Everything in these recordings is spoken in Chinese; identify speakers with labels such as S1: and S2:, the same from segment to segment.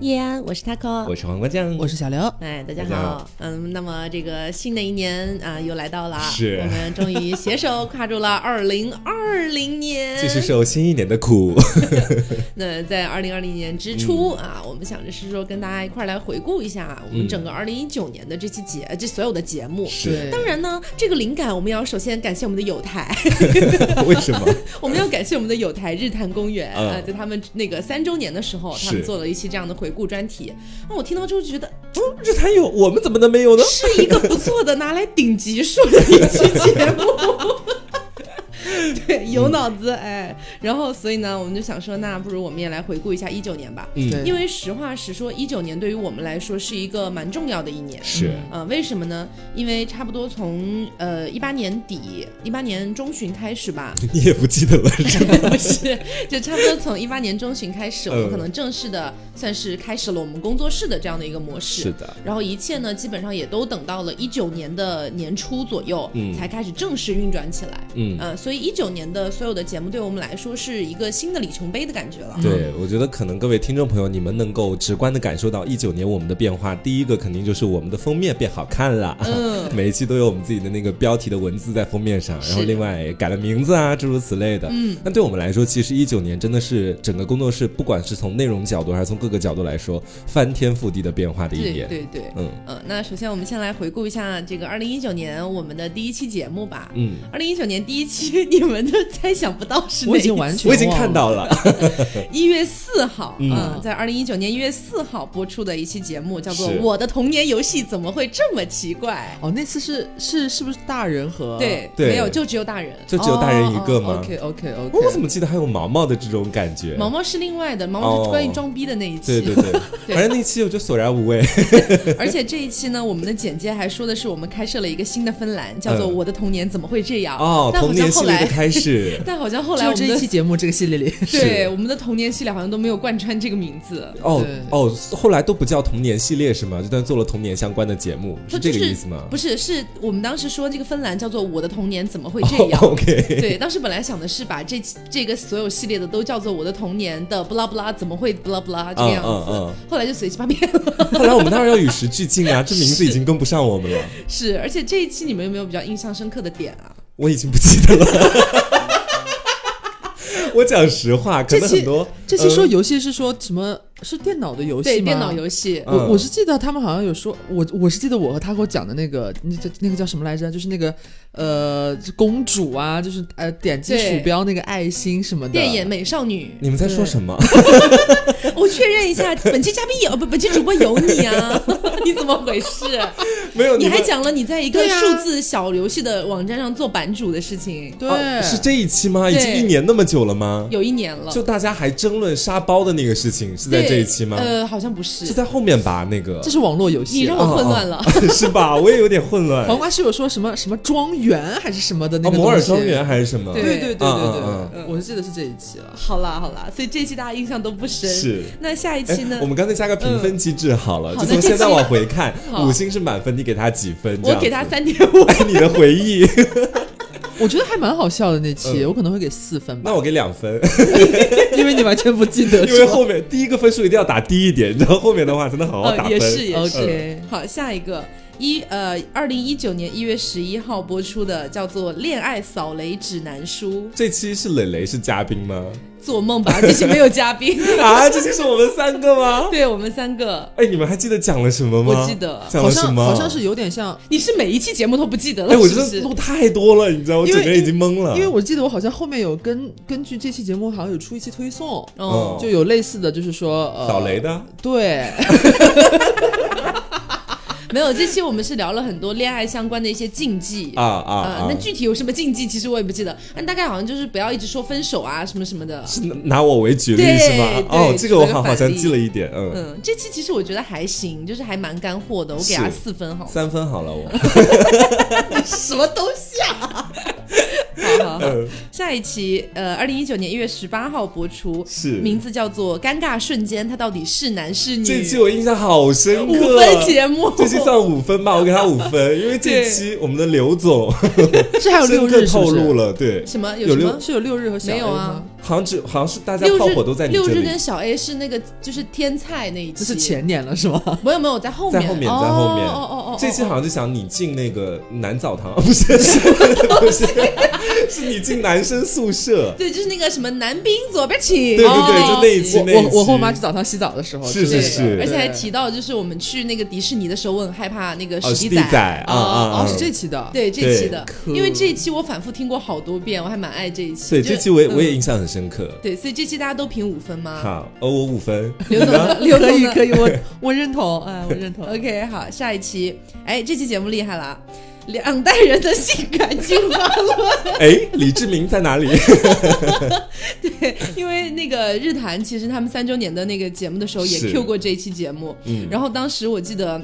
S1: 叶安，我是 Taco，
S2: 我是黄瓜酱，
S3: 我是小刘。
S1: 哎，大家
S2: 大家
S1: 好
S2: 好，
S1: 嗯，那么这个新的一年啊、又来到了，
S2: 是
S1: 我们终于携手跨入了二零二零年。
S2: 继续受新一年的苦。
S1: 那在二零二零年之初、
S2: 嗯
S1: 啊，我们想着是说跟大家一块儿来回顾一下我们整个二零一九年的这期节、这所有的节目。
S2: 嗯是，
S1: 当然呢，这个灵感我们要首先感谢我们的友台，
S2: 为什么？
S1: 我们要感谢我们的友台日坛公园啊、
S2: 嗯
S1: 在他们那个三周年的时候，他们
S2: 是
S1: 做了一期这样的回顾专题。那我听到之后就觉得，
S2: 这才有，我们怎么能没有呢？
S1: 是一个不错的拿来顶级数的一期节 目。对，有脑子哎，然后所以呢，我们就想说，那不如我们也来回顾一下一九年吧，
S2: 嗯
S3: 对，
S1: 因为实话实说，一九年对于我们来说是一个蛮重要的一年。
S2: 是，
S1: 呃，为什么呢？因为差不多从呃一八年底、一八年中旬开始吧，
S2: 你也不记得了，是吧？
S1: 不是，就差不多从一八年中旬开始，我们
S2: 嗯
S1: 可能正式的算是开始了我们工作室的这样的一个模式。
S2: 是的，
S1: 然后一切呢，基本上也都等到了一九年的年初左右，
S2: 嗯
S1: 才开始正式运转起来。
S2: 嗯。
S1: 呃，所以一九年的所有的节目对我们来说是一个新的里程碑的感觉了。
S2: 对，我觉得可能各位听众朋友，你们能够直观的感受到一九年我们的变化。第一个肯定就是我们的封面变好看了，
S1: 嗯
S2: 每一期都有我们自己的那个标题的文字在封面上，然后
S1: 是
S2: 另外改了名字啊，诸如此类的。嗯，那对我们来说，其实一九年真的是整个工作室，不管是从内容角度还是从各个角度来说，翻天覆地的变化的一
S1: 对
S2: 年。
S1: 对对，
S2: 嗯
S1: 呃，那首先我们先来回顾一下这个二零一九年我们的第一期节目吧。
S2: 嗯，
S1: 二零一九年第一期， 你们都猜想不到是哪
S3: 我已经
S1: 一
S3: 完
S1: 期
S3: 全
S2: 我已经
S3: 忘
S2: 看
S3: 了
S2: 到了。
S1: 一月四号啊、
S2: 嗯
S1: 在二零一九年一月四号播出的一期节目，叫做
S2: 是
S1: 《我的童年游戏怎么会这么奇怪
S3: 哦，那次是是是不是大人》和
S1: 对，
S2: 啊对
S1: 没有，就只有大人。
S2: 就只有大人一
S1: 哦
S2: 个吗？
S3: ？OK OK
S2: 我我怎
S3: OK，
S2: 么记得还有毛毛的这种感觉？
S1: 毛毛是另外的，毛毛是关于装逼的那一期。
S2: 哦对对 对，反正那期我就索然无味。
S1: 而且这一期呢，我们的简介还说的是我们开设了一个新的分栏，叫做“
S2: 嗯
S1: 我的童年怎么会这样”
S2: 哦，
S1: 但好
S2: 童年
S1: 像后
S2: 系列的
S1: 来，。
S2: 开始
S1: 但好像后来
S3: 就
S1: 我
S3: 这
S1: 们
S3: 一
S1: 的
S3: 期节目这个系列 里，
S1: 对
S2: 是
S1: 我们的童年系列好像都没有贯穿这个名字。
S2: 哦
S3: 对
S2: 哦，后来都不叫童年系列是吗？就当做了童年相关的节目，
S1: 不
S2: 是
S1: 就
S2: 这
S1: 是
S2: 个意思吗？
S1: 不是，是我们当时说这个分栏叫做“我的童年怎么会这样”
S2: 哦 OK，
S1: 对，当时本来想的是把这期这个所有系列的都叫做我的童年的不拉不拉，怎么会不拉不 拉这个样子？
S2: 嗯嗯嗯
S1: 后来就随机叛变了。
S2: 后来我们当然要与时俱进啊，这名字已经跟不上我们了，
S1: 是，而且这一期你们有没有比较印象深刻的点啊？
S2: 我已经不记得了。 我讲实话，可
S3: 这
S2: 能
S3: 期
S2: 很多
S3: 这期说
S2: 嗯
S3: 游戏是说什么？是电脑的游戏
S1: 对，
S3: 吗？
S1: 电脑。游戏。
S2: 嗯
S3: 我我是记得他们好像有说，我我是记得我和他给我讲的那个，那叫那个叫什么来着？就是那个呃公主啊，就是呃点击
S1: 对
S3: 鼠标那个爱心什么的。
S1: 电眼美少女，
S2: 你们在说什么？
S1: 我确认一下，本期嘉宾有不？本期主播有你啊？ 你怎么回事？
S2: 没有，
S1: 你
S2: 们
S1: 还讲了你在一个
S3: 对啊
S1: 数字小游戏的网站上做版主的事情，
S3: 对、
S2: 哦是这一期吗？已经
S1: 对
S2: 一年那么久了吗？
S1: 有一年了。
S2: 就大家还争论沙包的那个事情是在这一期吗？
S1: 对呃，好像不
S2: 是
S1: 是。
S2: 在后面吧？那个
S3: 这是网络游戏。啊
S1: 你让我混乱了。哦
S2: 哦哦是 吧？我也有点混乱。
S3: 黄瓜是有说什么什么庄园还是什么的那
S2: 哦，
S3: 个、
S2: 摩尔庄园。还是什么？
S3: 对对对对对
S2: 嗯嗯
S3: 对，我是记得是这一期了。
S1: 好啦好啦，所以这期大家印象都不深。
S2: 是。
S1: 那下一
S2: 哎
S1: 期呢？
S2: 我们干脆加个评分机制好了，
S1: 嗯
S2: 就从现在往回看，
S1: 好
S2: 五星是满分，你给他几分？这
S1: 我
S2: 样子
S1: 给他。三点五。
S2: 哎，你的回忆，
S3: 我觉得还蛮好笑的那期，
S2: 嗯
S3: 我可能会给四分吧，
S2: 那我给 两分，
S3: 因为你完全不记得，
S2: 因为后面第一个分数一定要打低一点，然后后面的话才能好好 打
S1: 呃，
S2: 分。
S1: 也是也是。
S3: OK
S1: 好，下一个一呃，二零一九年一月十一号播出的叫做《恋爱扫雷指南书
S2: 这期是磊磊是嘉宾吗？》，
S1: 做梦吧，这期没有嘉宾，
S2: 啊，这期是我们三个吗？
S1: 对我们三个，
S2: 哎，你们还记得讲了什么吗？
S1: 我记得
S2: 讲
S3: 好
S2: 了什
S3: 像
S2: 么？
S3: 好像是有点像，
S1: 你是每一期节目都不记得了，
S2: 哎，我
S1: 是
S2: 觉
S1: 不
S2: 得
S1: 是？
S2: 录太多了，你知道，我
S3: 因
S2: 整
S3: 为
S2: 个人已经懵了。
S3: 因为我记得我好像后面有根根据这期节目好像有出一期推送，
S2: 嗯
S1: 哦，
S3: 就有类似的，就是说呃
S2: 扫雷，的，
S3: 对，
S1: 没有，这期我们是聊了很多恋爱相关的一些禁忌
S2: 啊啊
S1: 呃
S2: 啊
S1: 那具体有什么禁忌，其实我也不记得，但大概好像就是不要一直说分手啊什么什么的。
S2: 是拿拿我为举例
S1: 对
S2: 是吧
S1: 对？
S2: 哦，这个我
S1: 举了个
S2: 好
S1: 反
S2: 好像
S1: 例
S2: 记了一点，嗯，
S1: 嗯，这期其实我觉得还行，就是还蛮干货的，我给他
S2: 是
S1: 四 分好吗？
S2: 三分好了我。
S1: 什么东西啊？好好好好，
S2: 嗯
S1: 下一期呃，二零一九年一月十八号播出，
S2: 是
S1: 名字叫做《尴尬瞬间》，它到底是男是女？
S2: 这期我印象好深刻，
S1: 五分节目，
S2: 这期算五分吧，我给他五分，因为这期我们的刘总
S3: 这还有
S2: 深
S3: 六日
S2: 刻
S3: 是不
S2: 透露
S3: 是？
S2: 了，对，
S1: 什么
S2: 有
S1: 什
S2: 六
S1: 么？
S3: 是有六日和小
S1: 没有
S3: A
S1: 啊
S3: 吗？
S2: 好像只好像是大家
S1: 六
S2: 炮
S1: 日
S2: 火都在你
S1: 六
S2: 这
S1: 日
S2: 里
S1: 跟，小 A 是那个就是天菜那一期，
S3: 那是前年了是吗？
S1: 没有没有在后面，
S2: 在后面
S1: 哦
S2: 在后面
S1: 哦哦哦哦哦，
S2: 这期好像就想你进那个男澡堂，不是是不是，是你进男生宿舍，
S1: 对，就是那个什么男兵左边请，
S2: 对对
S1: 哦
S2: 对，就那一期那
S3: 我
S2: 一期，
S3: 我我后妈去澡堂洗澡的时候
S2: 是
S3: 之类的，
S2: 是是
S1: 而且还提到，就是我们去那个迪士尼的时候，我很害怕那个
S2: 哦
S1: 史
S2: 是地仔啊啊
S1: 哦
S2: 啊，
S3: 哦是这期的，，
S1: 对这期的，
S3: 对
S1: 因为这一期我反复听过好多遍，我还蛮爱这一期。
S2: 对
S1: 就
S2: 这期我也我也
S1: 嗯
S2: 印象很深刻。
S1: 对，所以这期大家都评五分吗？
S2: 好，哦，我五分，
S1: 刘总呢，刘
S3: 可
S1: 总
S3: 以
S1: 呢
S3: 可以， 我我认同，哎，我认同。
S1: OK，好，下一期，哎，这期节目厉害了，两代人的性感进化论。
S2: 哎，李志明在哪里？ 啊
S1: 对，因为那个日坛其实他们三周年的那个节目的时候也
S2: 是
S1: Q 过这一期节目，
S2: 嗯
S1: 然后当时我记得。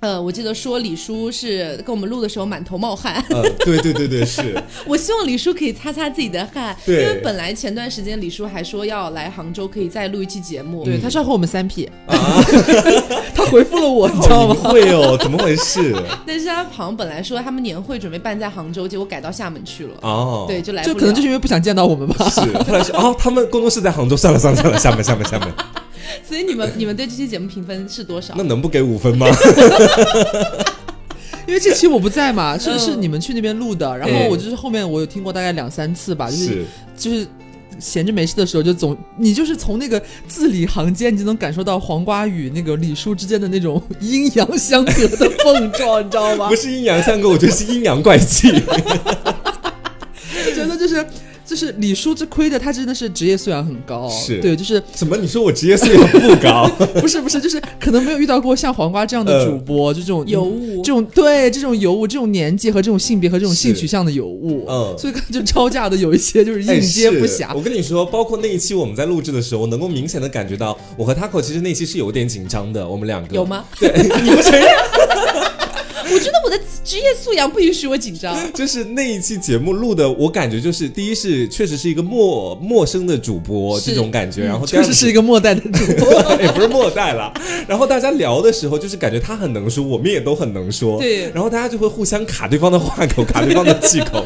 S1: 呃，我记得说李叔是跟我们录的时候满头冒汗，
S2: 嗯，对对对对，是，
S1: 我希望李叔可以擦擦自己的汗，因
S2: 对
S1: 为本来前段时间李叔还说要来杭州，可以再录一期节
S2: 嗯
S1: 目，
S3: 对，他是要和我们三 P，他回复了 我，你知道
S2: 好淫
S3: 吗？
S2: 秽哦，怎么回事？
S1: 但是他好像本来说他们年会准备办在杭州，结果改到厦门去了，
S2: 哦，
S1: 对，，就来不
S3: 就
S1: 了，
S3: 可能就是因为不想见到我们 吧。
S2: 是，后来是哦，他们工作室在杭州，算了算了算了，厦门厦门厦 门，
S1: 所以你们你们对这期节目评分是多少
S2: 那？能不给五 分吗？
S3: 因为这期我不在嘛，是
S1: 嗯
S3: 是你们去那边录的，然后我就是后面我有听过大概两三次吧，就是
S2: 是，
S3: 就是。闲着没事的时候，就总你就是从那个字里行间，你就能感受到黄瓜与那个李叔之间的那种阴阳相隔的 碰撞，你知道吗
S2: 不？是阴阳相隔，我觉得是阴阳怪气。
S3: 就觉得就是就是李叔这亏的，他真的是职业素养很高，
S2: 是
S3: 对，就是
S2: 什么？你说我职业素养不高？
S3: 不是不是，就是可能没有遇到过像黄瓜这样的
S2: 呃
S3: 主播，就这种嗯
S1: 尤物
S3: 这种对这种尤物，这种年纪和这种性别和这种性
S2: 是
S3: 取向的尤物，
S2: 嗯
S3: 所以就招架的有一些就是应接不
S2: 哎
S3: 暇
S2: 是。我跟你说，包括那一期我们在录制的时候，我能够明显的感觉到，我和 Taco 其实那期是有点紧张的，我们两个
S1: 有？吗？
S2: 对， 你不承认？
S1: 我觉得我的职业素养不允许我紧张。
S2: 就是那一期节目录的，我感觉就是第一是确实是一个陌陌生的主播
S1: 是
S2: 这种感觉，然后第
S3: 嗯确
S2: 二
S3: 实是一个末代的主 播，
S2: 也不是末代啦。然后大家聊的时候，就是感觉他很能说，我们也都很能说。
S1: 对
S2: 然后大家就会互相卡对方的话口，卡对方的气 口。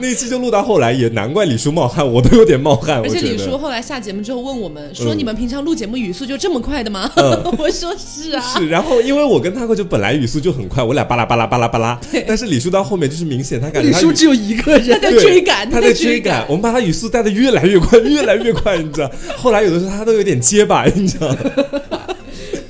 S2: 那一期就录到后来，也难怪李叔冒汗，我都有点冒汗。
S1: 而
S2: 我
S1: 且
S2: 觉得
S1: 李叔后来下节目之后问我们说：“
S2: 嗯
S1: 你们平常录节目语速就这么快的吗？” 我说：“是啊。”
S2: 是，然后因为我跟他就本来语速就很快，我俩巴拉巴拉巴拉巴拉，但是李叔到后面就是明显他感觉
S3: 李
S2: 他
S3: 叔
S2: 语
S3: 只有一个人，
S1: 在
S2: 对
S1: 追赶他
S2: 他
S1: 在
S2: 在
S1: 追
S2: 追
S1: 赶
S2: 赶，我们把他语速带的越来越快，越来越快，你知道？后来有的时候他都有点结巴，你知道？
S1: 嗯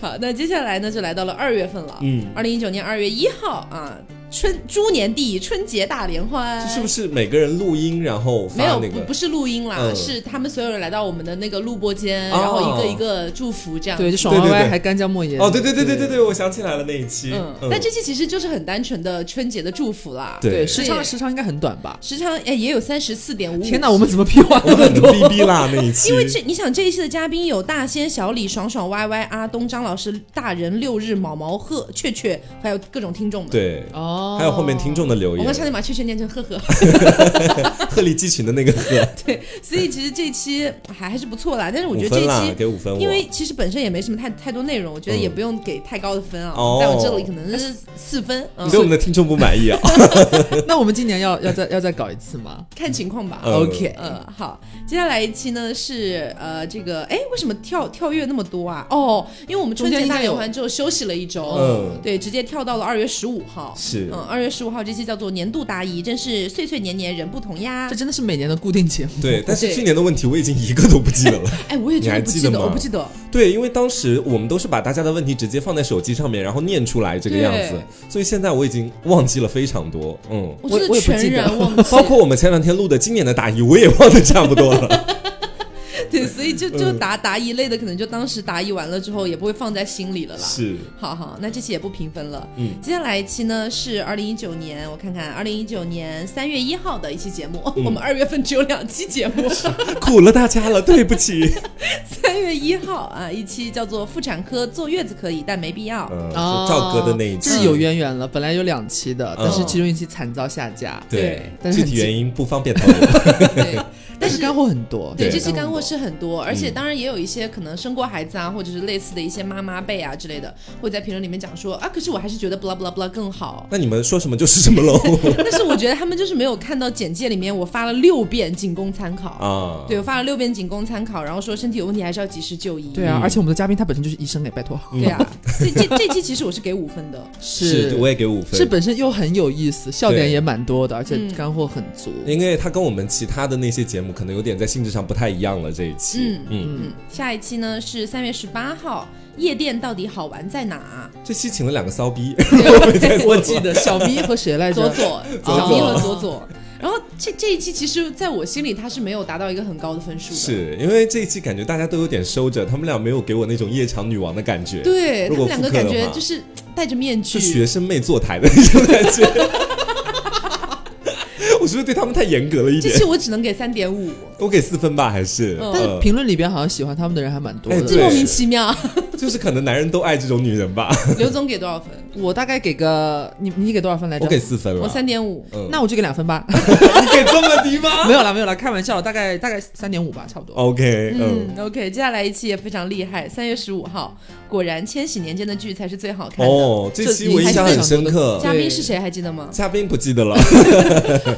S1: 好，那接下来呢，就来到了二月份了。嗯，二零一九年二月一号啊，春猪年第一春节大联欢，
S2: 是不是每个人录音然后发
S1: 没有，
S2: 那
S1: 不
S2: 个
S1: 不？是录音啦，
S2: 嗯
S1: 是他们所有人来到我们的那个录播间，
S2: 哦
S1: 然后一个一个祝福这样。
S3: 对，就爽
S2: 对
S3: 歪
S2: 对
S3: 歪
S2: 对
S3: 还干将莫言。
S2: 哦，对对对对对对，我想起来了那一期，
S1: 嗯，但这期其实就是很单纯的春节的祝福啦。
S2: 对
S3: 对，时
S1: 对
S3: 长时长应该很短吧？
S1: 时长哎也有三十四点五。
S3: 天哪，我们怎么屁话
S2: 我
S3: 那么
S2: 们很
S3: 多？
S2: 逼逼啦那一期，
S1: 因为这，你想这一期的嘉宾有大仙、小李、爽爽、Y Y、阿东、张老师、大人、六日、毛毛、贺、雀雀，还有各种听众们。，
S2: 对。
S3: 哦，
S2: 还有后面听众的留
S1: 我
S2: 言
S1: 刚，差点把雀雀念成呵 呵。
S2: 鹤立鸡群的那个鹤，
S1: 对，所以其实这期还还是不错啦， 但是我
S2: 五
S1: 觉得这
S2: 分啦
S1: 一，期。
S2: 给五分
S3: 呃
S2: 我。
S1: 因为其实本身也没什么太太多内容，我觉得
S3: 嗯
S1: 也不用给太高的分啊，
S2: 哦
S1: 在我这里可能
S3: 呃
S1: 是四分，嗯
S2: 你，对我们的听众不满意
S1: 哦
S2: 啊？
S3: 那我们今年要要再要再搞一次吗
S1: 看情况吧。
S2: 嗯
S3: ？OK，
S1: 呃，好，接下来一期呢是呃这个，哎，为什么跳跳跃那么多啊？哦，因为我们春节
S3: 中间应
S1: 大
S3: 该有
S1: 联欢之后休息了一周，
S2: 嗯
S1: 对，直接跳到了二月十五号。
S2: 是
S1: 嗯，二月十五号这期叫做年度答疑，真是岁岁年年人不同呀
S3: 这。真的是每年的固定节目。
S2: 对，但是
S1: 对
S2: 去年的问题我已经一个都不记得了。
S1: 哎，我也真
S2: 你
S1: 的
S2: 还
S1: 不
S2: 记
S1: 记
S2: 得
S1: 得，
S2: 吗
S1: 我不记得。
S3: 啊
S2: 对，因为当时我们都是把大家的问题直接放在手机上面，然后念出来这个样子，所以现在我已经忘记了非常多。嗯，
S1: 我
S3: 我
S1: 真的
S3: 我也不记
S1: 全
S3: 得
S1: 然忘记。
S2: 包括我们前两天录的今年的大一，我也忘得差不多了。
S1: 对对，所以就
S3: 嗯
S1: 就答答疑类的，可能就当时答疑完了之后，也不会放在心里了啦。
S2: 是，
S1: 好好，那这期也不评分了。
S2: 嗯，
S1: 接下来一期呢是二零一九年，我看看二零一九年三月一号的一期节目， 我们二月份只有两期节目。
S2: 苦了大家了，对不起。
S1: 三月一号啊，一期叫做妇产科坐月子可以，但没必要。
S2: 嗯，
S3: 哦
S2: 是赵哥的那一期
S3: 这有渊源了。本来有两期的，但是
S1: 嗯
S3: 其中一期惨遭下架。
S2: 对，
S3: 但是
S2: 具
S3: 很
S2: 体
S3: 近
S2: 原因不方便讨论。
S1: 对，
S3: 但是干货很多。
S1: 对，这
S2: 对
S1: 期干货是很多，而且当然也有一些可能生过孩子啊，或者是类似的一些妈妈辈啊之类的，会在评论里面讲说啊，可是我还是觉得 blah blah blah 更好。
S2: 那你们说什么就是什么喽
S1: 但是我觉得他们就是没有看到简介里面我发了六遍，仅供参考。
S2: 啊！
S1: 对，我发了六遍仅供参考，然后说身体有问题还是要及时就医。
S3: 对
S2: 嗯
S3: 啊，而且我们的嘉宾他本身就是医生哎，拜托，
S1: 对啊，所 以这这期其实我是给五分的。
S2: 是，我也给五分。
S3: 是本身又很有意思，笑点
S2: 对
S3: 也蛮多的，而且
S1: 嗯
S3: 干货很足。
S2: 因为他跟我们其他的那些节目可能有点在性质上不太一样了。这一期，
S1: 嗯
S2: 嗯，
S1: 嗯，下一期呢是三月十八号，夜店到底好玩在哪？
S2: 这期请了两个骚逼，
S3: 我记得小咪和谁来着？
S1: 左左，
S2: 啊左
S1: 小咪
S2: 左
S1: 和左左。然后这这一期其实在我心里他是没有达到一个很高的分数的。。
S2: 是因为这一期感觉大家都有点收着，他们俩没有给我那种夜场女王的感觉，，
S1: 对他
S2: 如
S1: 们
S2: 果
S1: 两个
S2: 复刻
S1: 感
S2: 的
S1: 觉
S2: 话
S1: 就是戴着面具
S2: 是，学生妹坐台的那 种感觉。我是不是对他们太严格了一
S1: 这
S2: 点
S1: 期？我只能给三点五，
S2: 我给四分吧，还是？
S1: 嗯
S3: 但是
S2: 呃
S3: 评论里边好像喜欢他们的人还蛮多
S2: 哎
S3: 的。
S2: 对
S1: 这莫名其妙。
S2: 就是可能男人都爱这种女人吧。
S1: 刘总给多少分？
S3: 我大概给个你，你给多少分来着？
S2: 我给四分了，
S1: 我三点五。
S2: 嗯
S3: 那我就给两分 吧。
S2: 你给这么低吗
S3: 没有啦，没有啦，开玩笑，大概大概三点五吧，差不多。
S2: ？OK，嗯
S1: 嗯。，OK，接下来一期也非常厉害，三月十五号，果然千禧年间的剧才是最好看的。
S2: 哦，这期我印象很深刻。
S1: 嘉宾是谁还记得吗？
S2: 嘉宾不记得了，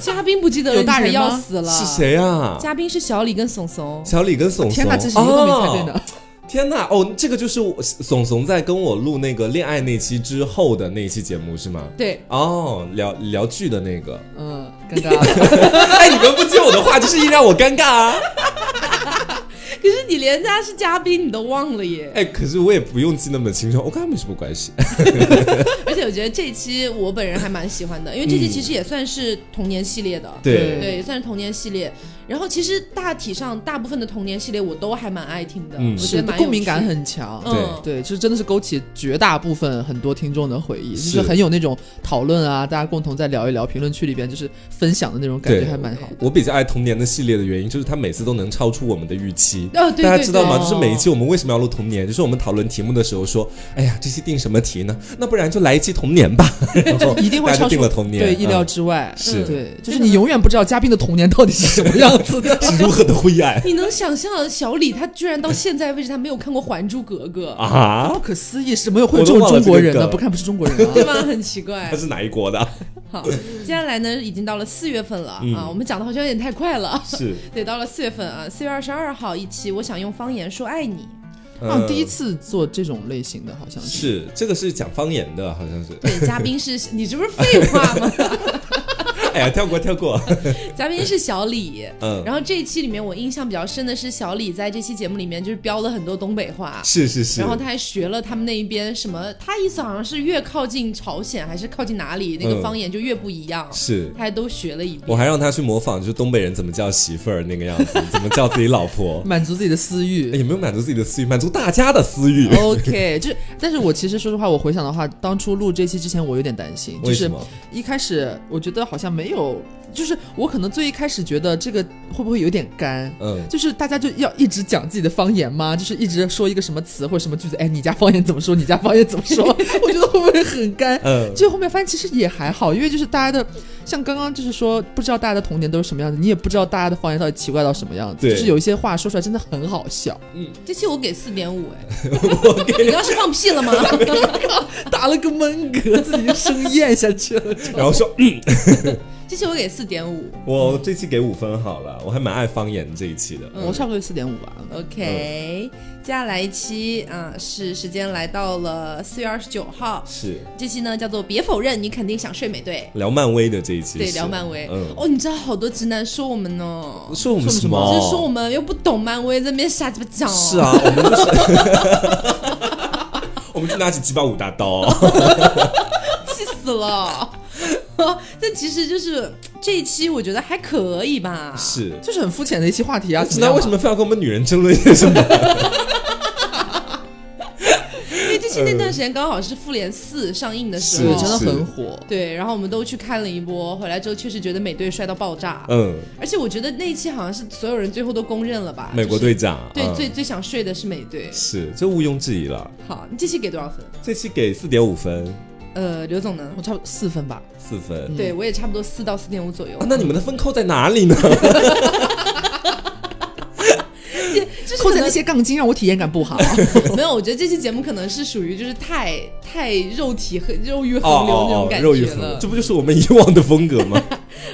S1: 嘉宾不记得了，
S3: 有大人
S1: 你才要
S3: 吗
S1: 死了。
S2: 是？谁啊？
S1: 嘉宾是小李跟怂怂。
S2: 小李跟怂
S3: 天
S2: 怂
S3: 哪，，这是一个都没猜对
S2: 哦
S3: 的。
S2: 天哪！哦，这个就是我怂怂在跟我录那个恋爱那期之后的那期节目是吗？
S1: 对，
S2: 哦，聊聊剧的那个。
S3: 嗯，尴尬。
S2: 哎，你们不接我的话，就是一让我尴尬啊！
S1: 可是你连他是嘉宾你都忘了耶。
S2: 哎，可是我也不用记那么清楚，我跟他没什么关系。
S1: 而且我觉得这期我本人还蛮喜欢的，因为这期其实也算是童年系列的。
S2: 嗯对，
S1: 对，算是童年系列。然后其实大体上大部分的童年系列我都还蛮爱听的，
S2: 嗯
S1: 我觉
S3: 是
S1: 得蛮有
S3: 共鸣感
S1: 趣的。
S3: 很强。
S1: 嗯，
S3: 对，就是真的是勾起绝大部分很多听众的回忆，就是是很有那种讨论啊，大家共同在聊一聊，评论区里边就是分享的那种感觉，
S2: 对
S3: 还蛮好的。
S2: 我比较爱童年的系列的原因，就是它每次都能超出我们的预期。
S1: 哦，对
S2: 大家
S1: 对
S2: 知道
S1: 对，
S2: 吗？
S3: 对
S2: 就是每一期我们为什么要录童年？就是我们讨论题目的时候说，哎呀，这期定什么题呢？那不然就来一期童年吧。 然后
S3: 一定会
S2: 大家
S3: 超
S2: 就
S3: 出
S2: 定了童年，
S3: 对意料
S2: 嗯
S3: 之外，
S2: 是。
S3: 对，就是你永远不知道嘉宾的童年到底是什么样子 的
S2: 嗯是如何的灰 暗
S1: 你能想象小李他居然到现在为止他没有看过《还珠格格》
S2: 啊
S3: 不？可思议，什么会有这种中国
S2: 我
S3: 人
S2: 都忘了这个
S3: 呢？
S2: 梗
S3: 不看不是中国人啊
S1: 对！吧？很奇怪
S2: 他。是哪一国的？
S1: 好，接下来呢，已经到了四月份了、
S2: 嗯
S1: 啊，我们讲的好像有点太快了。
S2: 是
S1: 对，到了四月份啊，四月二十二号一期，我想用方言说爱你。
S3: 啊，
S2: 嗯，
S3: 第一次做这种类型的，好像是。，
S2: 是这个是讲方言的，好像是。
S1: 对，嘉宾是你这不是废话 吗？
S2: 哎呀，跳过跳过。
S1: 嘉宾是小李。
S2: 嗯，
S1: 然后这一期里面，我印象比较深的是小李在这期节目里面就是标了很多东北话，
S2: 是是是
S1: 然。后他还学了他们那一边什么，他意思好像是越靠近朝鲜还是靠近哪里，那个
S2: 嗯
S1: 方言就越不一样，
S2: 是
S1: 他，还都学了一
S2: 我
S1: 遍。
S2: 还让他去模仿，就是东北人怎么叫媳妇儿那个样 子，怎么叫自己老婆
S3: 满足自己的私
S2: 哎
S3: 欲。
S2: 也没有满足自己的私欲，满足大家的 私欲。
S3: OK，就是，但是我其实说实话，我回想的话，当初录这期之前，我有点担心，就
S2: 为什
S3: 是
S2: 么？
S3: 一开始我觉得好像没有，就是我可能最一开始觉得这个会不会有点干。
S2: 嗯，
S3: 就是大家就要一直讲自己的方言吗？就是一直说一个什么词或者什么句子，哎，你家方言怎么说？你家方言怎么说？ 我觉得会不会很干？
S2: 嗯，
S3: 最后面发现其实也还好，因为就是大家的，像刚刚就是说，不知道大家的童年都是什么样子，你也不知道大家的方言到底奇怪到什么样子。
S2: 对
S3: 就是有一些话说出来真的很好笑，
S1: 这期我给四点五，哎， 你刚是放屁了吗？
S3: 打了个闷嗝，自己就生咽下去了。
S2: 然后说，嗯
S1: 这期我给四点五
S2: 我这期给五分好了，我还蛮爱方言这一期的。
S1: 嗯
S3: 嗯我差不多四点五吧。
S1: ，OK。接下来一期啊，是时间来到了四月二十九号，
S2: 是
S1: 这期呢叫做“别否认你肯定想睡美队
S2: 聊漫威的这一”，期，
S1: 对，
S2: 是
S1: 聊漫威。
S2: 嗯，哦
S1: 哦，你知道好多直男说我们呢，
S2: 说我们
S3: 说
S2: 什
S3: 什么
S2: 么？
S1: 就是说我们又不懂漫威，在那边瞎鸡巴讲、哦。
S2: 是啊，我们就是， 我们就拿起鸡巴五大刀，
S1: 气死了。但其实就是这一期我觉得还可以吧，
S2: 是。
S3: 就是很肤浅的一期话题啊。
S2: 不知道为什么非要跟我们女人争论些什么？
S1: 因为这期那段时间刚好是《复联四》上映的时
S3: 对，
S1: 候，
S2: 嗯是
S3: 真的
S2: 是
S3: 很火。
S1: 对，然后我们都去看了一波，回来之后确实觉得美队帅到爆炸，
S2: 嗯，
S1: 而且我觉得那一期好像是所有人最后都公认了吧，
S2: 美国
S1: 就是
S2: 队长，
S1: 对
S2: 嗯
S1: 最最想睡的是美队。
S2: 是，这毋庸置疑了。
S1: 好，你这期给多少分？
S2: 这期给四点五分，
S1: 呃，刘总呢
S2: 嗯
S3: 我？差不多四分吧，
S2: 四分。
S1: 对我也差不多四到四点五左右
S2: 啊，。那你们的分扣在哪里呢？
S1: 就是
S3: 扣
S1: 可
S3: 在
S1: 能
S3: 那些杠精让我体验感不好。
S1: 没有，我觉得这期节目可能是属于就是太太肉体和肉欲
S2: 哦
S1: 横流那
S2: 哦
S1: 种
S2: 哦，
S1: 感
S2: 肉欲
S1: 觉
S2: 横流
S1: 了，
S2: 这。不就是我们以往的风格 吗？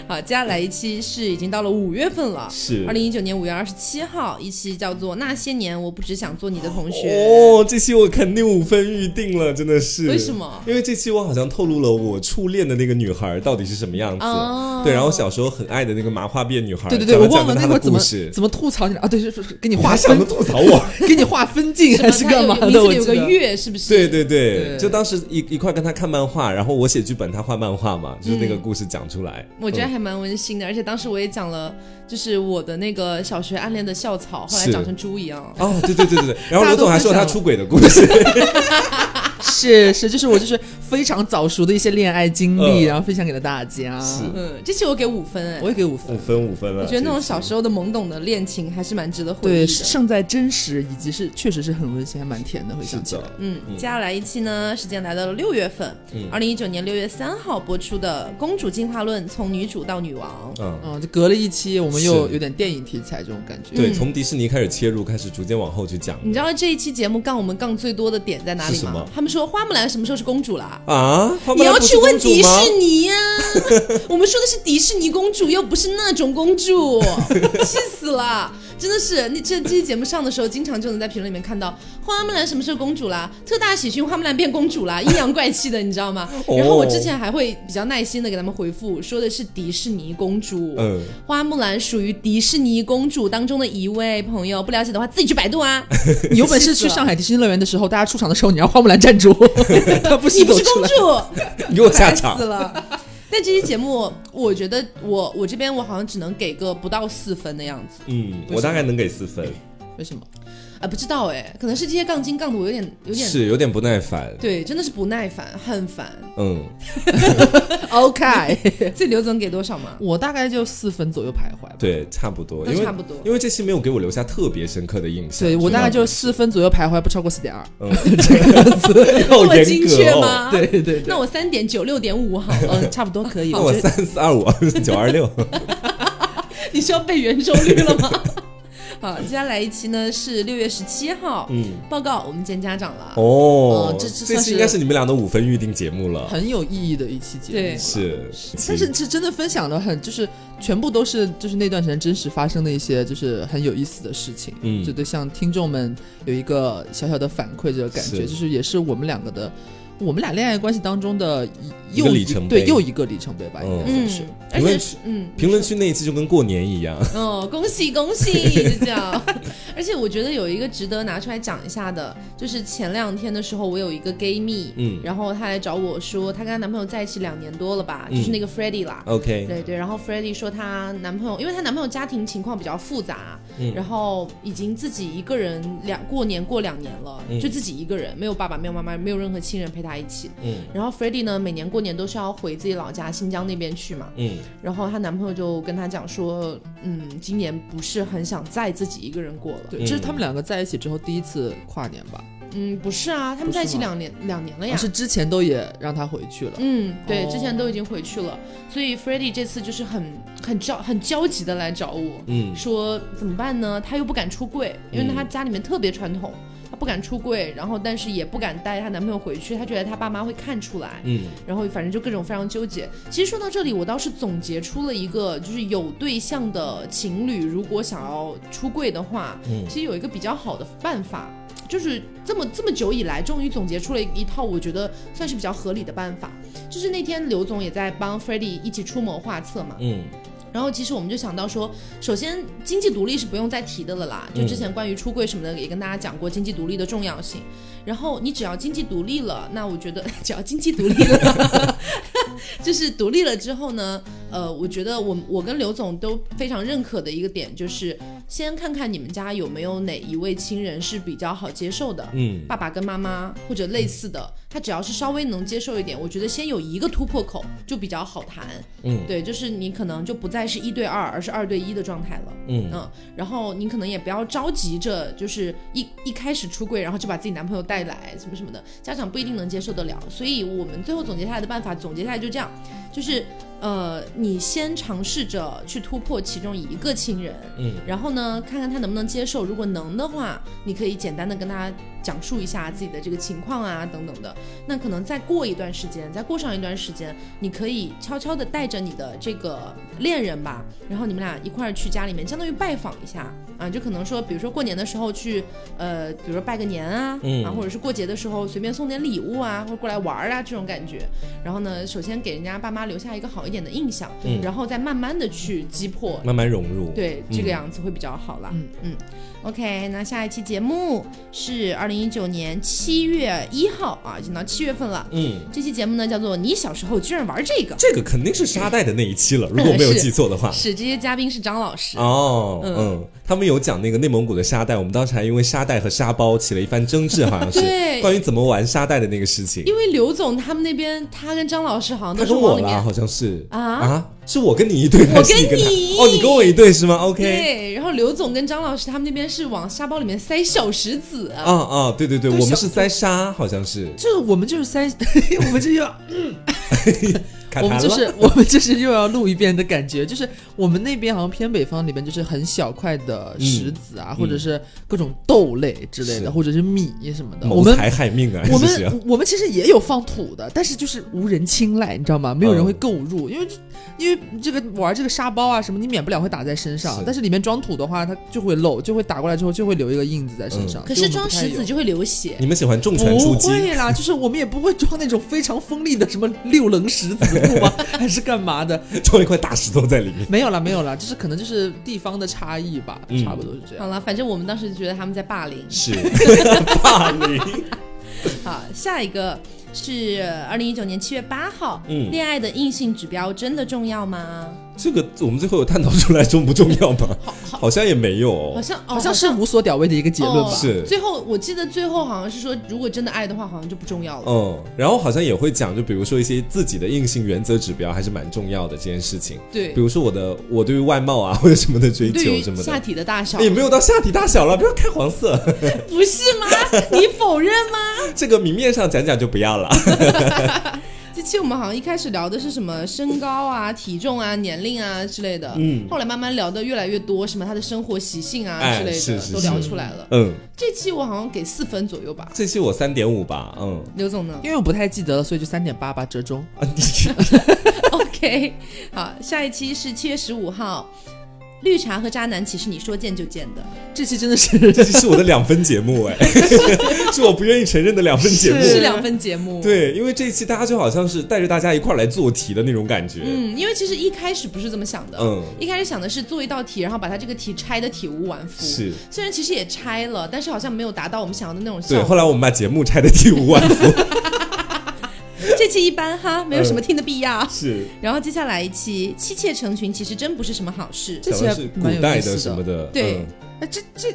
S1: 好，接下来一期是已经到了五月份了，
S2: 是
S1: 二零一九年五月二十七号，一期叫做《那些年我不只想做你的同学》。
S2: 哦，这期我肯定五分预定了，真的是。
S1: 为什么
S2: 因为这期我好像透露了我初恋的那个女孩到底是什么样子。
S1: 哦
S2: 对，然后小时候很爱的那个麻花辫女孩，
S3: 对对对，
S2: 讲
S3: 我
S2: 了
S3: 忘
S2: 讲了
S3: 了那
S2: 她
S3: 会儿
S2: 的
S3: 怎
S2: 故
S3: 么
S2: 事。
S3: 怎么吐槽你了啊？对，是是是给你
S2: 你还
S3: 划
S2: 想
S3: 分
S2: 着，吐槽我？
S3: 给你划分镜还是干嘛
S1: 名
S3: 的？
S1: 字
S3: 我
S1: 里有
S3: 记
S1: 个
S3: 得。
S1: 月，是不是？
S2: 对对对，
S3: 对
S2: 就当时一一块跟他看漫画，然后我写剧本，他画漫画嘛，就是那个故事讲出来。
S1: 我觉得
S2: 嗯
S1: 还蛮温馨的，而且当时我也讲了，就是我的那个小学暗恋的校草，后来
S2: 是
S1: 长成猪一样。
S2: 哦，对对对对对，然后罗
S3: 大家都
S2: 总还说
S3: 分
S2: 他
S3: 享了
S2: 出轨的故事，
S3: 是是，就是我就是非常早熟的一些恋爱经历，
S2: 嗯
S3: 然后分享给了大家。
S2: 是嗯
S1: 嗯，这期我给五分哎，
S3: 我也给五分
S2: 五。分五分了。
S1: 我觉得那种
S2: 这期
S1: 小时候的懵懂的恋情还是蛮值得回忆
S3: 对，
S1: 的。
S3: 胜在真实，以及是确实是很温馨，还蛮甜的，会
S2: 是
S3: 想起来。
S2: 的，
S1: 嗯，接下来一期呢，时间来到了六月份，二零一九年六月三号播出的《公主进化论：从女主到女王》。
S2: 嗯，
S3: 嗯，就隔了一期，我们又
S2: 是
S3: 有点电影题材这种感觉。
S2: 对，从迪士尼开始切入，开始逐渐往后去讲。
S1: 你知道这一期节目杠我们杠最多的点在哪里
S2: 是什
S1: 吗
S2: 么？
S1: 他们说花木兰什么时候是公主啦？
S2: 啊？花木
S1: 你
S2: 兰
S1: 要
S2: 不是
S1: 去问
S2: 公主
S1: 迪
S2: 吗
S1: 士尼呀、我们说的是迪士尼公主，又不是那种公主， 气死了！真的是，那这这期节目上的时候，经常就能在评论里面看到花木兰什么时候公主啦，特大喜讯花木兰变公主啦，阴阳怪气的，你知道吗？
S2: 哦
S1: 然后我之前还会比较耐心的给他们回复，说的是迪士尼公主，
S2: 嗯
S1: 花木兰属于迪士尼公主当中的一位朋友，不了解的话自己去百度 啊。
S3: 你有本事
S1: 气死
S3: 去
S1: 了
S3: 上海迪士尼乐园的时候，大家出场的时候，你让花木兰站住，她不
S1: 你
S3: 是
S1: 不
S3: 走
S1: 是
S3: 出
S1: 公
S3: 来。
S1: 主，
S2: 你给我下
S1: 烦
S2: 场
S1: 死。了。 但这期节目，我觉得我我这边我好像只能给个不到四分的样子
S2: 嗯，我大概能给四分，
S3: 为什么？
S1: 啊，不知道哎，可能是这些杠精杠的我有点有点
S2: 是有点不耐烦。
S1: 对，真的是不耐烦，很烦。
S2: 嗯，
S3: OK，
S1: 这刘总给多少嘛？
S3: 我大概就四分左右徘徊吧。
S2: 对，差不多，
S1: 都
S2: 因为
S1: 差不多
S2: 因为这期没有给我留下特别深刻的印象。
S3: 对，我
S2: 说
S3: 大概
S2: 到
S3: 就
S2: 底
S3: 四分左右徘徊，不超过四点二。
S2: 嗯，这个字
S1: 这
S2: 要
S1: 么
S2: 严
S1: 精
S2: 格
S1: 确
S2: 哦。
S1: 吗？
S3: 对。对对，
S1: 那我三点九六点五好了，
S3: 呃差不多可以。
S2: 那我
S3: 觉得
S2: 三四二五二九二六，
S1: 你是要背圆周率了吗？ 好，接下来一期呢是六月十七号，
S2: 嗯，
S1: 报告我们见家长了。
S2: 哦
S3: 嗯，这这
S2: 这
S3: 算
S2: 期
S3: 是
S2: 应该是你们俩的五分预定节目了，
S3: 很有意义的一期节目。
S1: 对
S2: 是，
S3: 但是是真的分享了很，就是全部都是就是那段时间真实发生的一些就是很有意思的事情，
S2: 嗯
S3: 就对向听众们有一个小小的反馈，这个感觉
S2: 是
S3: 就是也是我们两个的，我们俩恋爱关系当中的
S2: 一个
S3: 又
S2: 里程碑
S3: 对又一个里程碑吧，应该算
S1: 嗯
S3: 是。，
S1: 而
S2: 评论
S1: 且
S2: 区
S1: 是嗯，
S2: 评论区那一期就跟过年一样，
S1: 哦，恭喜恭 喜，这叫。而且我觉得有一个值得拿出来讲一下的，就是前两天的时候，我有一个 gay 蜜，
S2: 嗯
S1: 然后她来找我说，她跟她男朋友在一起两年多了吧，
S2: 嗯
S1: 就是那个 f r e d d y 啦。
S2: ，OK，
S1: 对对，然后 f r e d d y 说她男朋友，因为她男朋友家庭情况比较复杂，
S2: 嗯
S1: 然后已经自己一个人两过年过两年了，
S2: 嗯
S1: 就自己一个人，没有爸爸，没有妈妈，没有任何亲人陪她一起。
S2: 嗯
S1: 然后 f r e d d y 呢，每年过年都是要回自己老家新疆那边去嘛，
S2: 嗯
S1: 然后她男朋友就跟她讲说，嗯，今年不是很想再自己一个人过了。
S3: 对，
S2: 嗯
S3: 这是他们两个在一起之后第一次跨年吧？
S1: 嗯，不是啊，他们在一起
S3: 不是
S1: 两年两年了
S3: 啊
S1: 哎呀。
S3: 是之前都也让他回去了。
S1: 嗯，对，
S3: 哦
S1: 之前都已经回去了，所以 f r e d d y 这次就是很很焦很焦急的来找我，
S2: 嗯
S1: 说怎么办呢？她又不敢出柜，因
S3: 嗯
S1: 为她家里面特别传统，她不敢出柜，然后但是也不敢带她男朋友回去，她觉得她爸妈会看出来。
S2: 嗯，
S1: 然后反正就各种非常纠结。其实说到这里，我倒是总结出了一个，就是有对象的情侣如果想要出柜的话，
S2: 嗯
S1: 其实有一个比较好的办法，就是这么这么久以来，终于总结出了一套我觉得算是比较合理的办法。就是那天刘总也在帮 f r e d d y 一起出谋划策嘛，
S2: 嗯
S1: 然后其实我们就想到说，首先经济独立是不用再提的了啦，就之前关于出柜什么的也跟大家讲过经济独立的 重要性。然后你只要经济独立了，那我觉得 只要经济独立了，就是独立了之后呢，呃，我觉得我我跟刘总都非常认可的一个点就是，先看看你们家有没有哪一位亲人是比较好接受的，
S2: 嗯，
S1: 爸爸跟妈妈或者类似的，他只要是稍微能接受一点，我觉得先有一个突破口就比较好谈。
S2: 嗯
S1: 对，就是你可能就不再是一对二，而是二对一的状态了。
S2: 嗯
S1: 嗯，然后你可能也不要着急着，就是一一开始出柜，然后就把自己男朋友带来什么什么的，家长不一定能接受得了。所以我们最后总结下来的办法，总结下来就这样，就是呃，你先尝试着去突破其中一个亲人，
S2: 嗯，
S1: 然后呢，看看他能不能接受。如果能的话，你可以简单的跟他讲述一下自己的这个情况啊，等等的。那可能再过一段时间，再过上一段时间，你可以悄悄的带着你的这个恋人吧，然后你们俩一块儿去家里面，相当于拜访一下啊，就可能说，比如说过年的时候去，呃，比如说拜个年啊，
S2: 嗯
S1: 啊，或者是过节的时候随便送点礼物啊，或者过来玩儿啊这种感觉。然后呢，首先给人家爸妈留下一个好一点的印象，
S2: 嗯
S1: 然后再慢慢的去击破
S2: 慢慢融入，，
S1: 对，这
S2: 嗯
S1: 个样子会比较好啦。
S3: 嗯
S1: 嗯 o k 那下一期节目是二零一九年七月一号啊，已经到七月份了。
S2: 嗯，
S1: 这期节目呢叫做“你小时候居然玩这个
S2: 这个肯定是沙袋的那一期了，如果没有
S1: 是
S2: 记错的”，话。
S1: 是这些嘉宾是张老师。
S2: 哦，
S1: 嗯
S2: 嗯，他们有讲那个内蒙古的沙袋，我们当时还因为沙袋和沙包起了一番争执，好像是
S1: 对
S2: 关于怎么玩沙袋的那个事情。
S1: 因为刘总他们那边，他跟张老师好像
S2: 他
S1: 都是
S2: 跟
S1: 往
S2: 我
S1: 里
S2: 啦，
S1: 面。
S2: 好像是
S1: 啊
S2: 是我跟你一队，还是你跟他
S1: 我跟你
S2: 哦，你跟我一队是吗？OK，
S1: 对，然后刘总跟张老师他们那边是往沙包里面塞小石子，
S2: 啊啊，对对对，
S3: 对
S2: 我们
S3: 小
S2: 是塞沙，好像是
S3: 就是我们就是塞， 我们就要
S2: 卡
S3: 我们
S2: 痰
S3: 就
S2: 了
S3: 是我们就是又要录一遍的感觉，就是我们那边好像偏北方里边就是很小块的石子啊，或者是各种豆类之类
S2: 嗯是
S3: 的，或者是米什么的。我
S2: 谋
S3: 们
S2: 财害命啊，
S3: 我
S2: 这是
S3: 们我们其实也有放土的，但是就是无人青睐，你知道吗？没有人会购入，因为因为这个玩这个沙包啊什么，你免不了会打在身上
S2: 是，
S3: 但是里面装土的话，它就会漏，就会打过来之后就会留一个印子在身上。
S2: 嗯
S1: 可
S3: 所
S1: 是
S3: 以我们
S1: 装
S3: 不太
S1: 石子
S3: 有
S1: 就会流血。
S2: 你们喜欢重拳出
S3: 不
S2: 击，
S3: 会啊啦，就是我们也不会装那种非常锋利的什么六棱石子木 啊，还是干嘛的？
S2: 装一块大石头在里面。
S3: 没有啦，没有啦，就是可能就是地方的差异吧，
S2: 嗯
S3: 差不多是这
S1: 好
S3: 样。
S1: 了，反正我们当时就觉得他们在霸凌。
S2: 是霸凌，
S1: 好，下一个是二零一九年七月八号，
S2: 嗯
S1: 恋爱的硬性指标真的重要吗？
S2: 这个我们最后有探讨出来重不重要吗？
S1: 好好，
S2: 好像也没有
S1: 好，像哦
S3: 好像是无所屌味的一个结论吧
S1: 哦，
S2: 是
S1: 最后我记得最后好像是说，如果真的爱的话，好像就不重要了。
S2: 嗯，然后好像也会讲，就比如说一些自己的硬性原则指标，还是蛮重要的这件事情。
S1: 对
S2: 比，如说我的我对于外貌啊或者什么的追
S1: 对
S2: 求
S1: 于
S2: 什么
S1: 下
S2: 的，哎
S1: 体的大小，
S2: 也没有到下体大小了，不要开黄色，
S1: 不是吗？ 你否认吗？
S2: 这个明面上讲讲就不要了。
S1: 这期我们好像一开始聊的是什么身高啊、 体重啊、年龄啊之类的，
S2: 嗯
S1: 后来慢慢聊的越来越多，什么他的生活习性啊
S2: 哎
S1: 之类的、
S2: 是是
S1: 都
S2: 是
S1: 聊出来了。
S2: 嗯，
S1: 这期我好像给四分左右吧，
S2: 这期我三点五吧，嗯
S1: 刘总呢？
S3: 因为我不太记得了，所以就三点八吧，折中。
S2: 啊，你
S1: OK，好，下一期是七月十五号。绿茶和渣男其实你说见就见的，
S3: 这期真的是
S2: 这期是我的两分节目哎， 是我不愿意承认的两分节目。
S1: 是两份节目。，
S2: 对，因为这一期大家就好像是带着大家一块儿来做题的那种感觉。
S1: 嗯，因为其实一开始不是这么想的，
S2: 嗯
S1: 一开始想的是做一道题，然后把它这个题拆的体无完肤。，
S2: 是
S1: 虽然其实也拆了，但是好像没有达到我们想要的那种
S2: 对。
S1: 效
S2: 后
S1: 果。
S2: 来我们把节目拆的体无完肤。
S1: 这期一般哈，没有
S2: 嗯
S1: 什么听的必要。
S2: 是，
S1: 然后接下来一期妻妾成群，其实真不是什么好事。
S3: 这
S2: 讲
S3: 期
S2: 的
S3: 还
S2: 是古
S3: 蛮有
S2: 代
S3: 意思的
S2: 什么的。
S1: 对
S2: 嗯
S3: 哎，这这，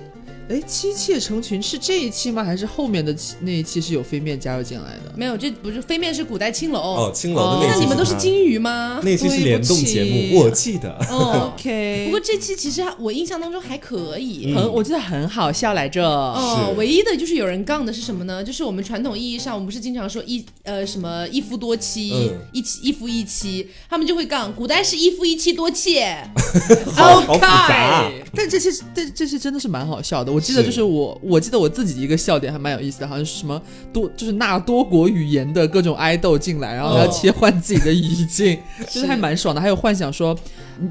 S3: 哎，妻妾成群是这一期吗？还是后面的期那一期是有飞面加入进来的？
S1: 没有，这不是飞面是古代青楼，
S2: 哦，青楼的
S1: 那
S2: 那期，
S1: 你们都是，金鱼吗？
S2: 那期是联动节
S3: 对
S2: 目，
S3: 不起
S2: 我记得。
S1: 哦，
S3: OK，
S1: 不过这期其实还我印象当中还可以。
S2: 嗯
S3: 很、我记得很好笑来着。
S1: 哦
S2: 是，
S1: 唯一的就是有人杠的是什么呢？就是我们传统意义上，我们不是经常说一呃什么一夫多妻，
S2: 嗯
S1: 一妻一夫一妻，他们就会杠，古代是一夫一妻多 妾，
S2: 好好复杂啊
S1: OK
S3: 但这些，但这些真的是蛮好笑的。我记得
S2: 是
S3: 就是我，我记得我自己一个笑点还蛮有意思的，好像是什么多，就是纳多国语言的各种爱豆进来，然后还要
S1: 哦
S3: 切换自己的 语境，就是还蛮爽的。还有幻想说，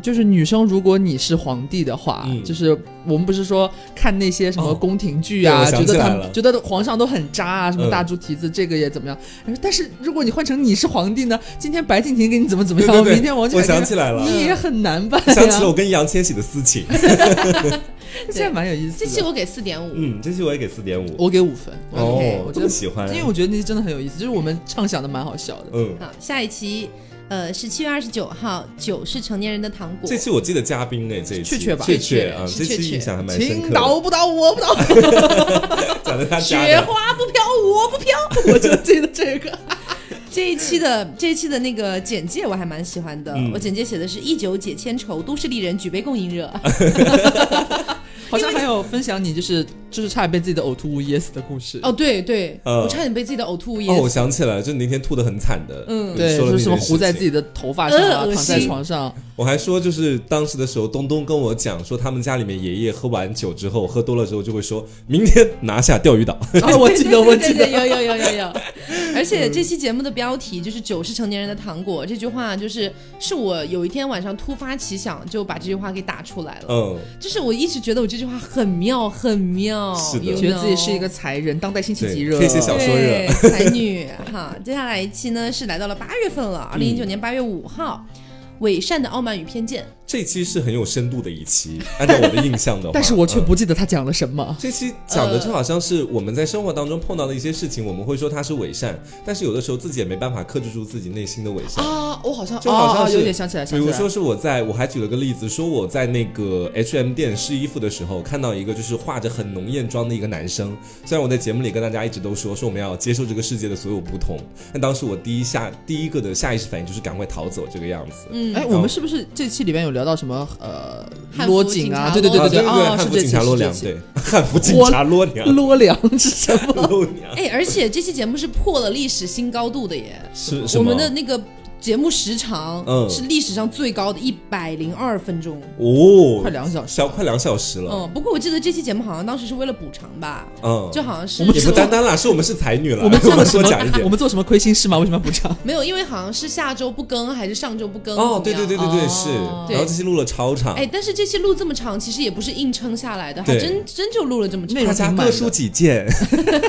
S3: 就是女生如果你是皇帝的话，
S2: 嗯
S3: 就是我们不是说看那些什么
S2: 哦
S3: 宫廷剧啊，
S2: 对我想
S3: 觉得
S2: 起来
S3: 他
S2: 了
S3: 们觉得皇上都很渣啊，什么
S2: 嗯
S3: 大猪蹄子、这个也怎么样。但是如果你换成你是皇帝呢，今天白敬亭给你怎么怎么
S2: 对
S3: 样，
S2: 对对，
S3: 明天王俊
S2: 我
S3: 凯给
S2: 想
S3: 你
S2: 起来了，
S3: 啊你也很难办呀。
S2: 想起了我跟易烊千玺的私情。
S3: 现在蛮有意思
S1: 这期
S3: 的。
S1: 我给四点五，
S2: 嗯，这期我也给四点五。
S3: 我给五分，
S1: OK，
S2: 哦
S3: 我，
S2: 这
S3: 觉
S2: 么
S3: 得
S2: 喜欢，
S3: 因为我觉得那真的很有意思，就是我们畅想的蛮好笑的。
S2: 嗯，
S1: 好，下一期呃是七月二十九号，酒是成年人的糖果
S2: 这。期我记得嘉宾呢，这一期
S3: 雀雀吧
S2: 雀雀啊，
S1: 是
S2: 这
S1: 雀
S2: 期
S1: 雀
S2: 印象还蛮深
S3: 请
S2: 刻的，
S3: 倒不倒，我不倒，
S2: 讲的他家
S1: 雪
S2: 的，
S1: 花不飘，我不飘。
S3: 我就记得这 个。
S1: 这一期的这一期的那个简介我还蛮喜欢的，
S2: 嗯
S1: 我简介写的是“一九解千愁，都市丽人举杯共饮 热
S3: 好像还有分享你就是就是差点被自己的呕吐物噎死的故事”。。
S1: 哦，对对，
S2: 嗯
S1: 我差点被自己的呕吐物
S2: 哦，
S1: 噎
S2: 我
S1: 死。
S2: 想起来了，就你那天吐的很惨的，
S1: 嗯
S3: 对，
S2: 说
S3: 说
S2: 了
S3: 什么糊在自己
S2: 己。
S3: 的头发上啊，
S1: 呃恶
S3: 躺在
S1: 心
S3: 床上，
S2: 我还说，就是当时的时候，东东跟我讲说，他们家里面爷爷喝完酒之后，喝多了之后就会说，明天拿下钓鱼岛。
S3: 啊，我记得，我记
S1: 对对对
S3: 得，
S1: 有有有有有。而且这期节目的标题就是“酒是成年人的糖果”，这句话就是是我有一天晚上突发奇想就把这句话给打出来
S3: 哦
S1: 了。
S2: 嗯，
S1: 就是我一直觉得我这句话很妙，很妙，
S2: 是的
S1: you
S3: 觉得自己是一
S1: know
S3: 个才人，当代辛弃疾
S2: 对
S3: 热，
S2: 可以写小说热
S1: 对，才女哈。接下来一期呢是来到了八月份了，二零一九年
S3: 嗯
S1: 八月五号，伪善的傲慢与偏 见》。
S2: 这期是很有深度的一期，按照我的印象的话，
S3: 但是我却
S2: 嗯
S3: 不记得他讲了什么。
S2: 这期讲的就好像是我们在生活当中碰到的一些事情，我们会说它是伪善，但是有的时候自己也没办法克制住自己内心的伪善。
S3: 啊，我好像
S2: 就好
S3: 哦
S2: 像
S3: 哦
S2: 是、
S3: 有点想起来，
S2: 比
S3: 想起
S2: 如
S3: 来
S2: 说是我在，我还举了个例子，说我在那个 H M 店试衣服的时候，看到一个就是化着很浓艳妆的一个男生。虽然我在节目里跟大家一直都说，说我们要接受这个世界的所有不同，但当时我第一下第一个的下意识反应就是赶快逃走这个样子。
S1: 嗯，
S3: 哎，我们是不是这期里面有聊到什么呃
S1: 汉服
S3: 裸颈啊？对
S1: 警察
S2: 啊
S3: 对
S2: 对
S3: 对对，哦，
S2: 汉
S3: 是
S2: 服
S3: 这
S2: 警
S3: 期
S2: 察
S3: 是
S2: 罗
S3: 这
S2: 良，
S3: 期
S2: 对，汉服警察罗娘，
S3: 裸凉是什么？
S2: 罗娘
S1: 哎，而且这期节目是破了历史新高度的耶，
S2: 是什
S1: 我
S2: 么？
S1: 们的那个节目时长
S2: 嗯
S1: 是历史上最高的一百零二分钟。
S2: 哦，
S3: 快两小时，
S2: 小快两小时了，
S1: 嗯，不过我记得这期节目好像当时是为了补偿吧，
S2: 嗯，
S1: 就好像是
S3: 我们
S2: 也
S3: 是
S2: 不单单啦，是我们是才女了，
S3: 我们做了什
S2: 多
S3: 么
S2: 讲一点
S3: 我。们做什么亏心事吗？为什么要补 偿？
S1: 没有，因为好像是下周不更还是上周不更
S2: 哦，
S1: 怎
S2: 对
S1: 么
S2: 对
S1: 样
S2: 对对对，
S3: 哦
S2: 是。
S1: 对
S2: 然后这期录了超长，
S1: 哎，但是这期录这么长，其实也不是硬撑下来的，还
S2: 对
S1: 真真就录了这么长。
S3: 内
S2: 大
S3: 容
S2: 家各抒己见。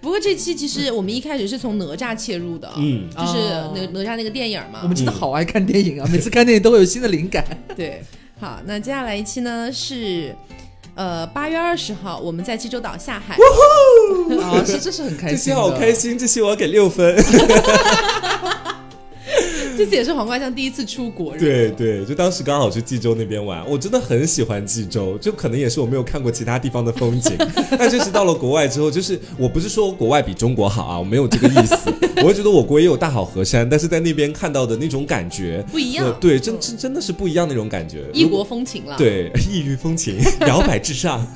S1: 不过这期其实我们一开始是从哪吒切入的，
S2: 嗯
S1: 就是
S3: 哦
S1: 哪哪吒那个电影嘛。
S3: 我们真的好爱看电影啊！每次看电影都会有新的灵感。
S1: 对，好，那接下来一期呢是，呃，八月二十号我们在济州岛下海，
S3: 啊，是这是很开
S2: 这
S3: 心，
S2: 期好开。心，这期我要给六分。
S1: 这次也是黄瓜酱第一次出国，
S2: 对，对，就当时刚好去济州那边玩，我真的很喜欢济州，就可能也是我没有看过其他地方的风景。 但就是到了国外之后，就是我不是说国外比中国好啊，我没有这个意思，我会觉得我国也有大好河山，但是在那边看到的那种感觉
S1: 不一样
S2: 呃对，真真真的是不一样那种感觉。
S1: 异
S2: 如果
S1: 国风情了。，
S2: 对， 异域风情，摇摆至上。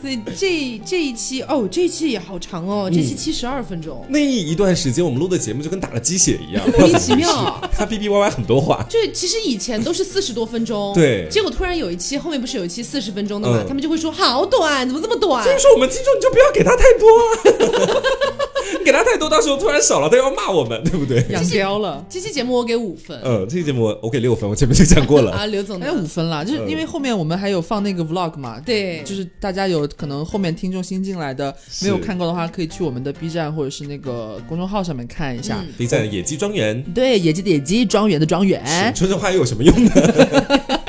S1: 所以这这一期哦，这一期也好长哦，这期
S2: 嗯
S1: 七十二分钟。
S2: 那一段时间，我们录的节目就跟打了鸡血一样，
S1: 莫名其妙
S2: 他哔哔歪歪很多话。
S1: 就其实以前都是四十多分钟，
S2: 对
S1: 结果突然有一期后面不是有一期四十分钟的嘛，
S2: 嗯
S1: 他们就会说好短，怎么这么短
S2: 所？以说，我们听众你就不要给他太多、啊， 你给他太多，到时候突然少了，他又要骂我们，对不对？
S3: 养膘了。
S1: 这期节目我给五分，
S2: 嗯，这个节目我我给六分，我前面就讲过 了。
S1: 啊，刘总呢
S3: 哎，五分啦，就是因为后面我们还有放那个 vlog 嘛，
S1: 对
S3: 就是大家有可能后面听众新进来的没有
S2: 是
S3: 看过的话，可以去我们的 B 站或者是那个公众号上面看一下。
S1: 嗯
S2: B 站野鸡庄园，
S3: 对，野鸡的野鸡，庄园的庄
S1: 哎
S3: 园
S2: 是，说这话又有什么用呢？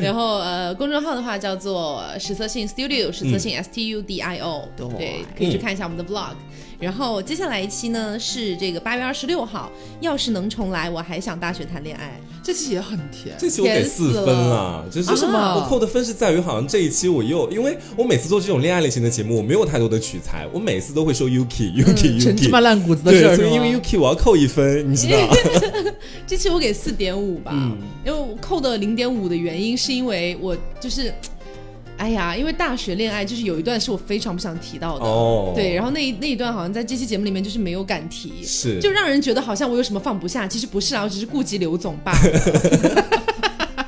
S1: 然后呃，公众号的话叫做实测性 Studio，实测
S2: 嗯
S1: 性 S T U D I O，、
S3: 对
S1: 对，可以去看一下我们的 vlog。然后接下来一期呢是这个八月二十六号，要是能重来，我还想大学谈恋爱。
S3: 这期也很甜。
S2: 这期我给四分啦，就是
S3: 啊什么
S2: 我扣的分是在于好像这一期我又，因为我每次做这种恋爱类型的节目，我没有太多的取材，我每次都会说 Yuki
S1: 嗯
S2: Yuki
S3: 陈芝
S2: Yuki，、
S3: 麻烂谷子的事
S2: 对，
S3: 儿
S2: 所
S3: 是
S2: 以因为
S3: 吗？
S2: Yuki 我要扣一分，你 知道。
S1: 这期我给四点五吧，
S2: 嗯
S1: 因为我扣的零点五的原因是因为我就是，哎呀，因为大学恋爱就是有一段是我非常不想提到的，
S2: 哦
S1: 对，然后那一那一段好像在这期节目里面就是没有敢提，
S2: 是
S1: 就让人觉得好像我有什么放不下，其实不是啊，我只是顾及刘总罢了。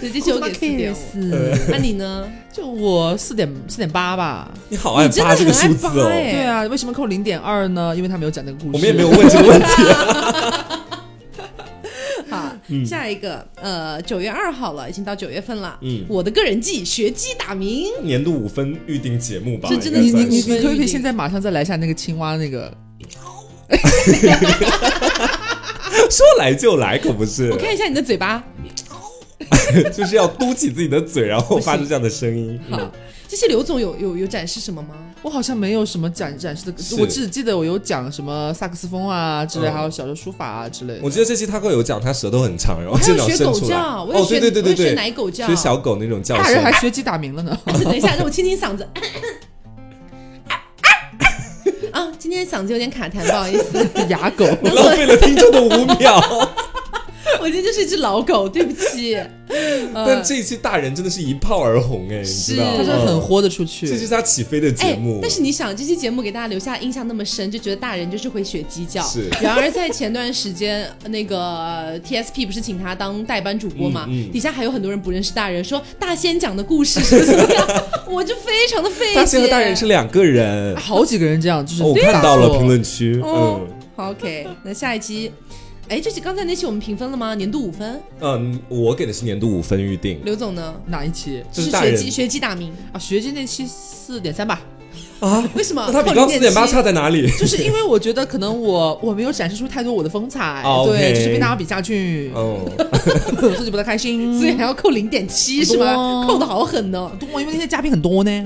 S1: 对，这期我给四点五。
S3: 四，
S1: 那你呢？
S3: 就我四点四点八吧。
S2: 你好爱八这个数字
S1: 你真的
S2: 哦
S1: 很爱，八哎
S3: 对啊，为什么扣零点二呢？因为他没有讲那个故事，
S2: 我们也没有问这个问题。啊
S1: 好，下一个，呃，九月二号了，已经到九月份了。
S2: 嗯
S1: 我的个人季学鸡打鸣，
S2: 年度五分预定节目吧，
S1: 这真的
S2: 应
S3: 你
S2: 该
S3: 你
S2: 算
S3: 你
S2: 是
S3: 你可不可以现在马上再来一下那个青蛙那个？
S2: 说来就来，可不是
S1: 我。看一下你的嘴巴，
S2: 就是要嘟起自己的嘴，然后发出这样的声音。嗯，
S1: 这些刘总有有有展示什么吗？
S3: 我好像没有什么展展示的
S2: 是，
S3: 我只记得我有讲什么萨克斯风啊之类，
S2: 嗯
S3: 还有小的书法啊之类
S2: 我
S3: 的。
S2: 记得这期他哥有讲，他舌头很长，然后
S1: 还
S2: 现
S1: 有
S2: 场
S1: 学
S2: 伸
S1: 狗
S2: 出来。
S1: 叫，我有
S2: 哦，
S1: 学，
S2: 对对对对
S1: 我有学
S2: 对，
S1: 奶狗叫，
S2: 学小狗那种叫
S3: 大
S2: 声
S3: 人。还学鸡打鸣 了呢，
S1: 等一下，让我清清嗓子。 啊，今天嗓子有点卡痰，不好意思，
S3: 哑 狗。
S2: 浪费了听众的五秒，
S1: 我今天就是一只老狗，对不起。 呃
S2: 但，这一期大人真的是一炮而红哎，你知道吗？嗯
S1: 是
S3: 他真的很豁得出
S2: 这就是
S3: 去。
S2: 他起飞的节
S1: 哎
S2: 目。，
S1: 但是你想，这期节目给大家留下印象那么深，就觉得大人就是会学鸡叫。
S2: 是
S1: 然而在前段时间，那个呃 TSP 不是请他当代班主播嘛？
S2: 嗯嗯
S1: 底下还有很多人不认识大人，说大仙讲的故事是怎么 样，我就非常的费解。
S2: 大仙和大人是两个人，
S3: 好几个人这样，就是
S2: 哦我
S3: 打
S2: 看到了
S3: 错
S2: 评。论区，
S1: 哦
S2: 嗯
S1: 好 OK，那下一期，哎，这期刚才那期我们评分了吗？年度五分，
S2: 嗯，我给的是年度五分预定，
S1: 刘总呢？
S3: 哪一期
S2: 这
S1: 是
S2: 大
S1: 学
S2: 人
S1: 鸡学鸡打鸣，
S3: 啊？学姐那期四点三吧，
S2: 啊，
S1: 为什么？
S2: 那他比刚四点八
S1: 0.7
S2: 差在哪里？
S3: 就是因为我觉得可能我我没有展示出太多我的风采，
S2: 哦
S3: 对，
S2: OK
S3: 就是被大家比下去，
S2: 哦，
S3: 自己不太开心。
S1: 所以还要扣零点七是吧？
S3: 多
S1: 扣的好狠呢、
S3: 多，因为那些嘉宾很多 呢。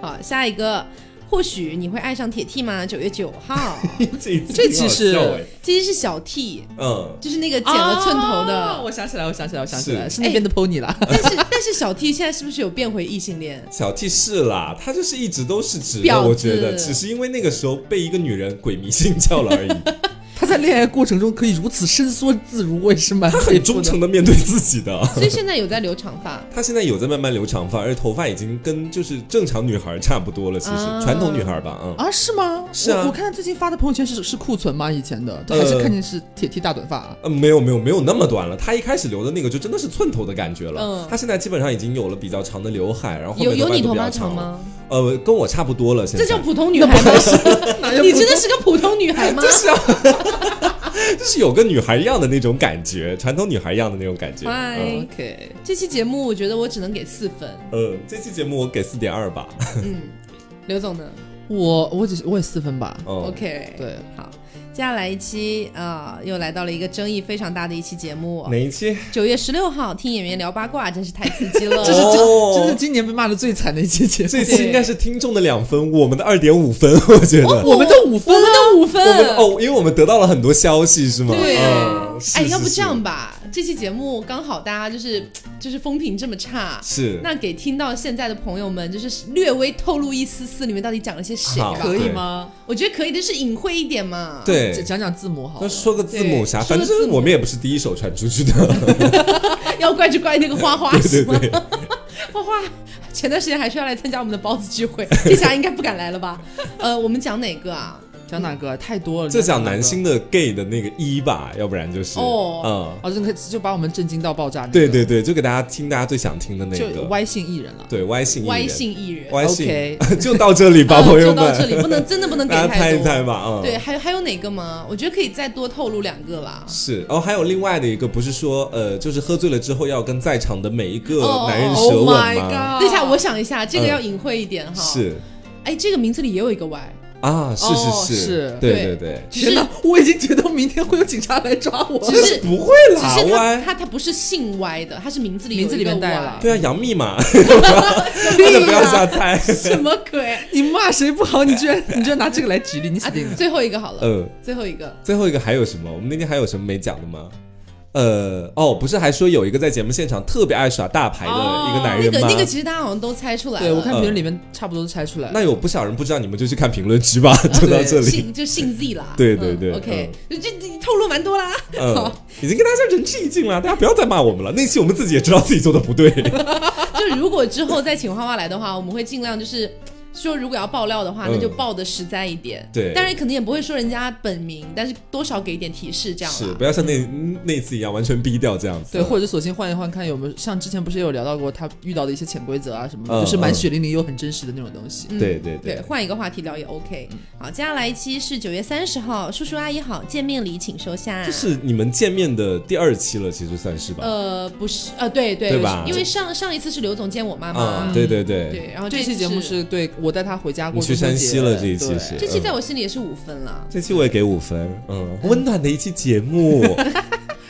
S1: 好，下一个，或许你会爱上铁 T 吗？九月九号，
S2: 这一期
S3: 这期
S2: 挺好
S3: 是
S2: 笑哎
S1: 这是小 T，
S2: 嗯，
S1: 就是那个剪了寸头的。
S3: 啊我想起来，我想起来，我想起来，
S2: 是
S3: 是那边的 pony 啦。
S1: 但是但是小 T 现在是不是有变回异性恋？
S2: 小 T 是啦，他就是一直都是直的，
S1: 婊子
S2: 我觉得只是因为那个时候被一个女人鬼迷心窍了而 已，
S3: 他在恋爱过程中可以如此伸缩自如，我也是蛮 佩
S2: 很
S3: 服
S2: 忠
S3: 的。
S2: 诚的面对自己的。
S1: 所以现在有在留长发。
S2: 她现在有在慢慢留长发，而头发已经跟就是正常女孩差不多了，其实、
S1: 啊
S2: 传统女孩吧，嗯。
S3: 啊，是吗？
S2: 是啊
S3: 我我看他最近发的朋友圈是是库存吗？以前的，
S2: 呃
S3: 还是看见是铁剃大短发啊？
S2: 呃，没有没有没有那么短了，她一开始留的那个就真的是寸头的感觉了。
S1: 嗯
S2: 她现在基本上已经有了比较长的刘海，然后后
S1: 有
S2: 面
S1: 有
S2: 头发
S1: 你
S2: 都
S1: 头
S2: 比
S1: 发
S2: 较
S1: 长
S2: 长了。
S1: 吗？
S2: 呃，跟我差不多了，现在
S1: 这叫普通女孩吗？
S2: 哎
S3: 有
S1: 你真的是个普通女孩吗？
S2: 就是啊，就是 有个女孩一样的那种感觉，传统女孩一样的那种感觉。
S1: 嗨
S2: 嗯
S3: OK，
S1: 这期节目我觉得我只能给四分。
S2: 嗯，这期节目我给四点二吧。
S1: 嗯，刘总呢
S3: 我我只我也四分吧。
S2: 嗯
S1: ？OK，
S3: 对，
S1: 好。接下来一期啊、又来到了一个争议非常大的一期节目
S2: 哪。一期？
S1: 九月十六号，听演员聊八卦，真是太刺激了。
S2: 这
S3: 这
S2: 哦
S3: 这是今年被骂的最惨的一期节目。
S2: 这期应该是听众的两分，我们的二点五分，我觉得。
S3: 我们的五分
S1: 哦我，们的五分。
S2: 我们的哦，因为我们得到了很多消息，是吗？
S1: 对
S2: 嗯、是
S1: 哎，要不
S2: 是是
S1: 这样吧，这期节目刚好大家就是就是风评这么差，
S2: 是
S1: 那给听到现在的朋友们，就是略微透露一丝丝里面到底讲了些谁
S2: 好
S1: 吧。
S3: 可以吗？
S1: 我觉得可以，就是隐晦一点嘛。，
S2: 对。
S3: 讲讲字母好
S2: 那
S3: 了。
S2: 说个字母啥，
S1: 哦对说
S2: 反
S1: 个字母
S2: 正我们也不是第一手传出去的，
S1: 要怪就怪那个花花，
S2: 对
S1: 是吗
S2: 对对，
S1: 花花前段时间还说要来参加我们的包子聚会，这下应该不敢来了吧？呃，我们讲哪个啊？
S3: 讲哪个？太多了。
S2: 就讲
S3: 哪个
S2: 男星的 gay 的那个一吧，要不然就是，
S1: 哦
S2: 嗯，
S3: 哦，这个就把我们震惊到爆炸、那个。
S2: 对对，对，就给大家听大家最想听的那
S3: 就
S2: 个，
S3: 歪姓艺人了。
S2: 对歪姓艺人
S1: 歪姓艺人。
S2: 歪姓
S3: OK
S2: 就到 这里吧，
S1: 啊
S2: 朋友
S1: 就到这
S2: 们，
S1: 里，不能真的不能给
S2: 大家猜
S1: 太
S2: 一
S1: 多。
S2: 猜吧，啊、嗯，
S1: 对，，还有还有哪个吗？我觉得可以再多透露两个吧。
S2: 是，哦，还有另外的一个，不是说，呃，就是喝醉了之后要跟在场的每一个
S1: 哦
S2: 男人
S1: Oh
S2: 舌
S3: Oh
S2: 吻
S3: my
S2: 吗？
S3: god！
S1: 等一下，我想一下，这个
S2: 嗯
S1: 要隐晦一点哈。，
S2: 是
S1: 哎，这个名字里也有一个 Y，
S2: 啊，是是
S3: 哦是
S2: 对对
S1: 对
S2: 对，
S1: 只
S3: 天
S1: 是
S3: 哪，我已经觉得明天会有警察来抓我
S1: 只
S3: 了。
S2: 但
S1: 是
S2: 不会
S1: 只
S2: 啦
S1: 是他
S2: 歪，
S1: 他他不是姓 Y 的，他是名字里有
S3: 名字里面
S1: 一个
S3: 带
S1: Y
S3: 了
S2: 对啊，杨幂嘛，
S1: 对
S2: 大家不要瞎 猜，
S1: 什么鬼？
S3: 你骂谁不好，你居然
S2: 哎
S3: 你居然拿这个来举例，你死
S1: 啊
S3: 定了，！
S1: 最后一个好了，
S2: 嗯。
S1: 最后一个
S2: 最后一个还有什么？我们那天还有什么没讲的吗？呃，哦，不是还说有一个在节目现场特别爱耍大牌的一个男
S1: 那
S2: 人
S1: 个
S2: 吗？
S1: 哦那个其实大家好像都猜出来了。
S3: 对我看评论里面差不多都猜出来了。
S2: 哎嗯那有不少人不知道，你们就去看评论 区吧，就到这里。
S1: 姓就姓 Z 啦。
S2: 对对对
S1: 嗯 OK，就这这透露蛮多啦。
S2: 嗯，已经跟大家仁至义尽了，大家不要再骂我们了。那期我们自己也知道自己做 的不对，
S1: 就如果之后再请花花来的话，我们会尽量就是说，如果要爆料的话，
S2: 嗯
S1: 那就爆的实在一点。
S2: 对
S1: 当然可能也不会说人家本名，但是多少给一点提示，这样啊
S2: 是
S1: 啦。
S2: 不要像那那次一样完全逼掉这样子。
S3: 对，或者就索性换一换，看有没有像之前不是也有聊到过他遇到的一些潜规则啊什么的，
S2: 嗯
S3: 就是蛮
S2: 嗯
S3: 血淋淋又很真实的那种东西。
S1: 嗯
S2: 对对嗯
S1: 对，
S2: 对，
S1: 换一个话题聊也 OK。好，接下来一期是九月三十号，叔叔阿姨好，见面礼请收下。
S2: 这是你们见面的第二期了，其实算是吧。
S1: 呃，不是，呃，对对
S2: 对吧
S1: 因为上上一次是刘总见我妈妈，
S2: 啊，对对对，
S1: 嗯对，然后
S3: 这期
S1: 次
S3: 节目是对我带他回家
S2: 你
S3: 过
S2: 去
S3: 中
S2: 山
S3: 秋
S2: 西了
S3: 节
S2: 这一期
S3: 对
S2: 是。
S1: 这期
S2: 嗯
S1: 在我心里也是五分了。嗯
S2: 这期我也给五分，嗯，温暖的一期节目，
S1: 怎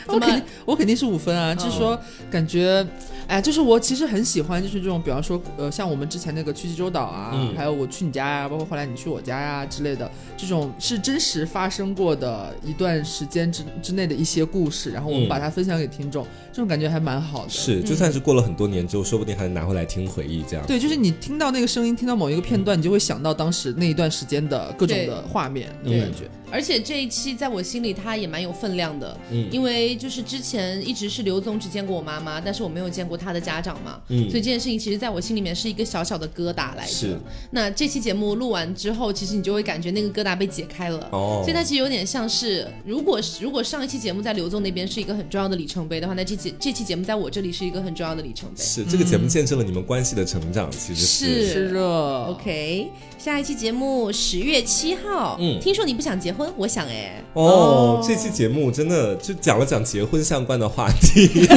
S3: 我
S1: 么
S3: 肯定我肯定是五分啊，就是说感觉，哎，就是我其实很喜欢，就是这种，比方说，呃，像我们之前那个去济州岛啊，
S2: 嗯
S3: 还有我去你家呀、包括后来你去我家呀、之类的，这种是真实发生过的一段时间之之内的一些故事，然后我们
S2: 嗯
S3: 把它分享给听众，这种感觉还蛮好的。
S2: 是，
S1: 嗯
S2: 就算是过了很多年之后，说不定还能拿回来听回忆这样。
S3: 对，就是你听到那个声音，听到某一个片段，你就会想到当时那一段时间的各种
S1: 对
S3: 的画面，那种
S2: 对
S3: 感觉。
S1: 而且这一期在我心里它也蛮有分量的，
S2: 嗯
S1: 因为就是之前一直是刘总只见过我妈妈，但是我没有见过她的家长嘛，
S2: 嗯
S1: 所以这件事情其实在我心里面是一个小小的疙瘩来
S2: 是
S1: 着。那这期节目录完之后，其实你就会感觉那个疙瘩被解开了。
S2: 哦
S1: 所以它其实有点像是，如果如果上一期节目在刘总那边是一个很重要的里程碑的话，那这期这期节目在我这里是一个很重要的里程碑。
S2: 是这个节目见证了你们关系的成长，其实是
S1: 是
S3: 吃热
S1: OK，下一期节目十月七号。
S2: 嗯
S1: 听说你不想结婚，我想哎，
S2: 哦。这期节目真的就讲了讲结婚相关的话 题，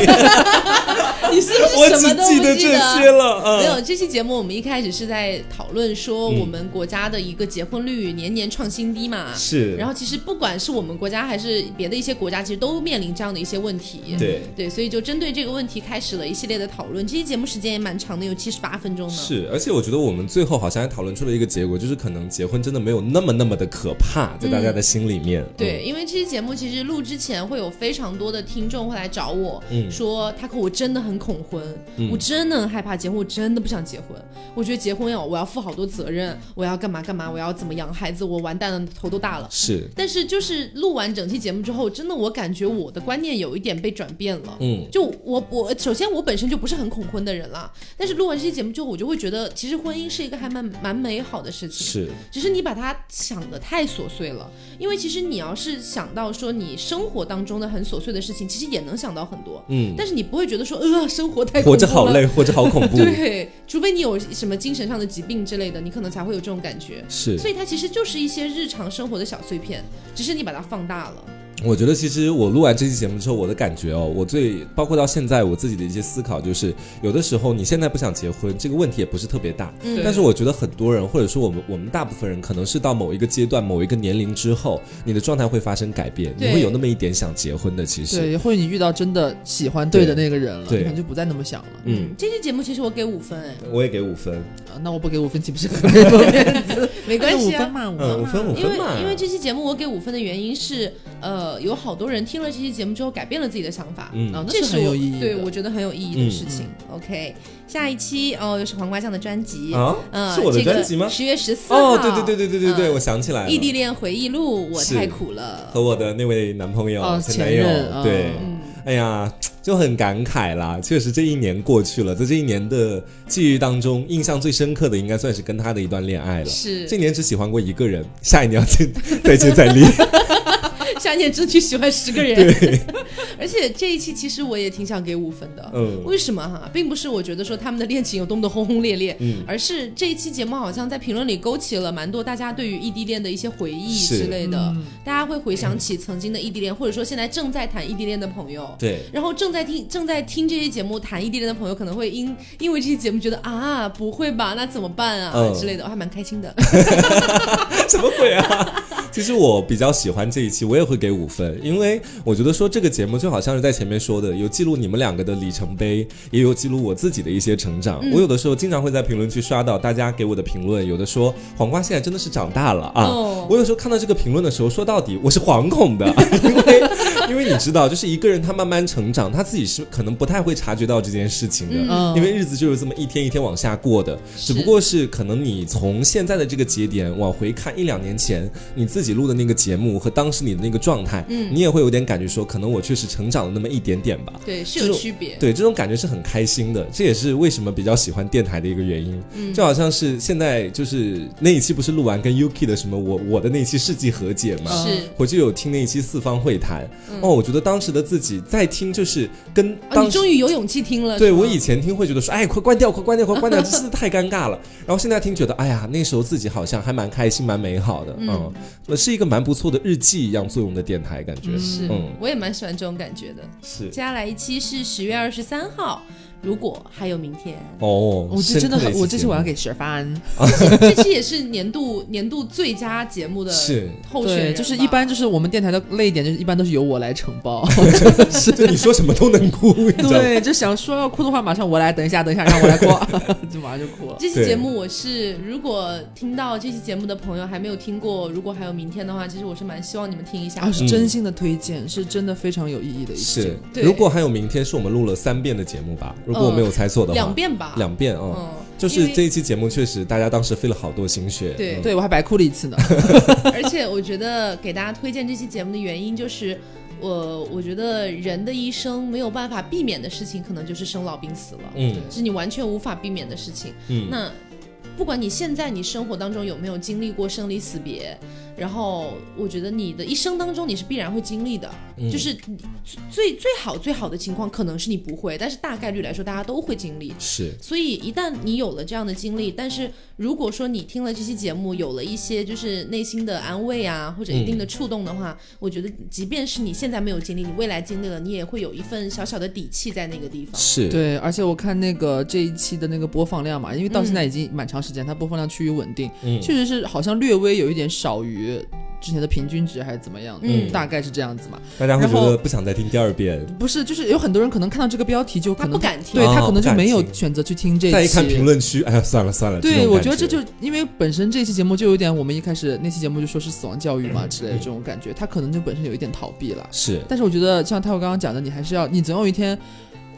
S1: 你是不
S2: 我
S1: 是什
S2: 只
S1: 么都不
S2: 记得这些了。
S1: 没有
S2: 嗯，
S1: 这期节目，我们一开始是在讨论说
S2: 嗯
S1: 我们国家的一个结婚率年年创新低嘛。
S2: 是，
S1: 然后其实不管是我们国家还是别的一些国家，其实都面临这样的一些问题。
S2: 对。
S1: 对，所以就针对这个问题开始了一系列的讨论。这期节目时间也蛮长的，有七十八分钟呢。
S2: 是，而且我觉得我们最后好像还讨论出了一个结果，就是可能结婚真的没有那么那么的可怕，在大家的心里面。
S1: 嗯
S2: 嗯
S1: 对，因为这期节目其实录之前会有非常多的听众会来找我，
S2: 嗯
S1: 说 Taco 我真的很恐婚，我真的很害怕结婚，我真的不想结婚，我觉得结婚要我要负好多责任，我要干嘛干嘛，我要怎么养孩子，我完蛋了，头都大了
S2: 嗯，。是，
S1: 但是就是录完整期节目之后，真的我感觉我的观念有一点被转变了。
S2: 嗯，
S1: 就我我首先我本身就不是很恐婚的人啦，但是录完这期节目之后，我就会觉得其实婚姻是一个还蛮蛮美好的事情。
S2: 是，
S1: 只是你把它想的太琐碎了，因为其实你要是想到说你生活当中的很琐碎的事情，其实也能想到很多，
S2: 嗯，
S1: 但是你不会觉得说，呃，生活太
S2: 活着
S1: 恐怖
S2: 好
S1: 了，
S2: 累，活着好恐怖，
S1: 对，除非你有什么精神上的疾病之类的，你可能才会有这种感觉。
S2: 是。
S1: 所以它其实就是一些日常生活的小碎片，只是你把它放大了。
S2: 我觉得其实我录完这期节目之后，我的感觉哦，我最包括到现在我自己的一些思考，就是有的时候你现在不想结婚，这个问题也不是特别大。
S1: 嗯
S2: 但是我觉得很多人，或者说我们我们大部分人，可能是到某一个阶段、某一个年龄之后，你的状态会发生改变，你
S1: 对
S2: 会有那么一点想结婚的。其实，
S3: 对，或者你遇到真的喜欢对的那个人了，
S2: 对
S3: 你可能就不再那么想了。
S2: 嗯，
S1: 这期节目其实我给五分，哎，
S2: 我也给五分，
S3: 啊，那我不给五分岂不是很没有面 子？
S1: 没关
S3: 五
S1: 系、啊，
S3: 分嘛，五分
S2: 嗯，五
S3: 嘛。
S2: 分，五
S1: 因为
S2: 分嘛。
S1: 因为这期节目我给五分的原因是，呃，有好多人听了这期节目之后改变了自己的想法，
S2: 嗯
S3: 啊，那
S1: 这
S3: 是很
S1: 我
S3: 有意义的。
S1: 对我觉得很有意义的
S2: 嗯
S1: 事情。OK，下一期哦，又是黄瓜酱的专辑，
S2: 啊
S1: 嗯，
S2: 是我的专辑吗
S1: 十、0月十四号，
S2: 哦，对对对对对对对，
S1: 嗯
S2: 我想起来了，
S1: 异地恋回忆录，我
S2: 是
S1: 太苦了。
S2: 和我的那位男朋友、
S3: 哦
S2: 前
S3: 前
S2: 男友，
S3: 任哦
S2: 对，
S1: 嗯
S2: 哎呀，就很感慨啦。确实，这一年过去了，在这一年的记忆当中，印象最深刻的应该算是跟他的一段恋爱了。
S1: 是
S2: 这一年只喜欢过一个人，下一年要再 再接 再厉。
S1: 下一年争取喜欢十个人， 而且这一期其实我也挺想给五分的，
S2: 嗯
S1: 为什么哈？并不是我觉得说他们的恋情有多么的轰轰烈烈，
S2: 嗯
S1: 而是这一期节目好像在评论里勾起了蛮多大家对于异地恋的一些回忆
S2: 是嗯
S1: 之类的，大家会回想起曾经的异地恋，或者说现在正在谈异地恋的朋友。
S2: 对，
S1: 然后正在听正在听这些节目谈异地恋的朋友，可能会因因为这些节目觉得啊，不会吧，那怎么办啊、
S2: 嗯
S1: 之类的，我还蛮开心的。
S2: 什么鬼啊？其实我比较喜欢这一期，我也会给五分，因为我觉得说这个节目就好像是在前面说的，有记录你们两个的里程碑，也有记录我自己的一些成长。我有的时候经常会在评论区刷到大家给我的评论，有的说黄瓜现在真的是长大了啊。
S1: 哦
S2: 我有时候看到这个评论的时候，说到底我是惶 恐的，因为因为你知道，就是一个人他慢慢成长，他自己是可能不太会察觉到这件事情的，
S3: 嗯
S2: 因为日子就是这么一天一天往下过的，只不过是可能你从现在的这个节点往回看一两年前你自己录的那个节目和当时你的那个状态，嗯，你也会有点感觉说，可能我确实成长了那么一点点吧。
S1: 对，是
S2: 这
S1: 有
S2: 种
S1: 区别。
S2: 对，这种感觉是很开心的，这也是为什么比较喜欢电台的一个原因。
S1: 嗯
S2: 就好像是现在就是那一期不是录完跟 Yuki 的什么我我的那一期世纪和解嘛，
S1: 是
S2: 回去有听那一期四方会谈，哦，我觉得当时的自己在听就是跟
S1: 啊，
S2: 当
S1: 嗯你
S2: 时、
S1: 终于有勇气听 了。
S2: 对
S1: 是吗
S2: 我以前听会觉得说，哎，快关掉，快关掉，快关掉，真是太尴尬了。然后现在听觉得，哎呀，那时候自己好像还蛮开心，蛮美好的，嗯，是一个蛮不错的日记一样作用的电台感觉，
S1: 是
S2: 嗯，
S1: 我也蛮喜欢这种感觉的。
S2: 是
S1: 接下来一期是十月二十三号，如果还有明天，
S2: 哦，
S3: 我这真的
S2: 深刻
S3: 很，
S2: 一期
S3: 我这
S2: 节
S3: 次
S2: 目
S3: 我要给十分。
S1: 这期也是年度年度最佳节目的
S2: 是
S1: 候选
S3: 对，
S1: 人吧，
S3: 就是一般就是我们电台的泪点，就是一般都是由我来承包。
S2: 就 你说什么都能哭， 你知道吗？
S3: 对，就想说要哭的话，马上我来。等一下，等一下，让我来哭， 就马上就哭了。
S1: 这期
S2: 对
S1: 节目我是，如果听到这期节目的朋友还没有听过，如果还有明天的话，其实我是蛮希望你们听一下
S3: 啊，
S1: 的。
S3: 是真心的推荐，是真的非常有意义的一期节
S2: 嗯是
S3: 目。，
S1: 对嗯
S2: 如果还有明天，是我们录了三遍的节目吧？如果我没有猜错的话，
S1: 两遍吧，
S2: 两遍啊，
S1: 嗯，
S2: 就是这
S1: 因为。
S2: 一期节目确实大家当时费了好多心血。嗯
S1: 对
S3: 对我还白哭了一次呢。
S1: 而且我觉得给大家推荐这期节目的原因就是。我我觉得人的一生没有办法避免的事情，可能就是生老病死了，
S2: 嗯
S1: 是你完全无法避免的事情。
S2: 嗯
S1: 那不管你现在你生活当中有没有经历过生离死别，然后我觉得你的一生当中你是必然会经历的，
S2: 嗯
S1: 就是你最最好最好的情况可能是你不会，但是大概率来说大家都会经历。
S2: 嗯是，
S1: 所以一旦你有了这样的经历，但是如果说你听了这期节目有了一些就是内心的安慰啊，或者一
S2: 嗯
S1: 定的触动的话，我觉得即便是你现在没有经历，你未来经历了，你也会有一份小小的底气在那个地方。
S2: 是，
S3: 对，而且我看那个这一期的那个播放量嘛，因为到现在已经蛮长时间，它播放量趋于稳定，
S2: 嗯
S3: 确实是好像略微有一点少于之前的平均值还是怎么样的，
S1: 嗯
S3: 大概是这样子嘛。
S2: 大家会
S3: 然
S2: 觉
S3: 后
S2: 得不想再听第二遍，
S3: 不是，就是有很多人可能看到这个标题就可
S1: 他
S3: 能
S1: 不敢听
S3: 对，
S2: 哦
S3: 他可能
S2: 不
S3: 就
S2: 敢
S3: 没有
S2: 听
S3: 选择去听这一期。
S2: 再一看评论区，哎呀，算了算了。
S3: 对，
S2: 种
S3: 我
S2: 感
S3: 觉
S2: 觉
S3: 得这就因为本身这期节目就有点，我们一开始那期节目就说是死亡教育嘛之类的这种感觉，他可能就本身有一点逃避了。
S2: 是
S3: 但是我觉得像泰我刚刚讲的，你还是要，你总有一天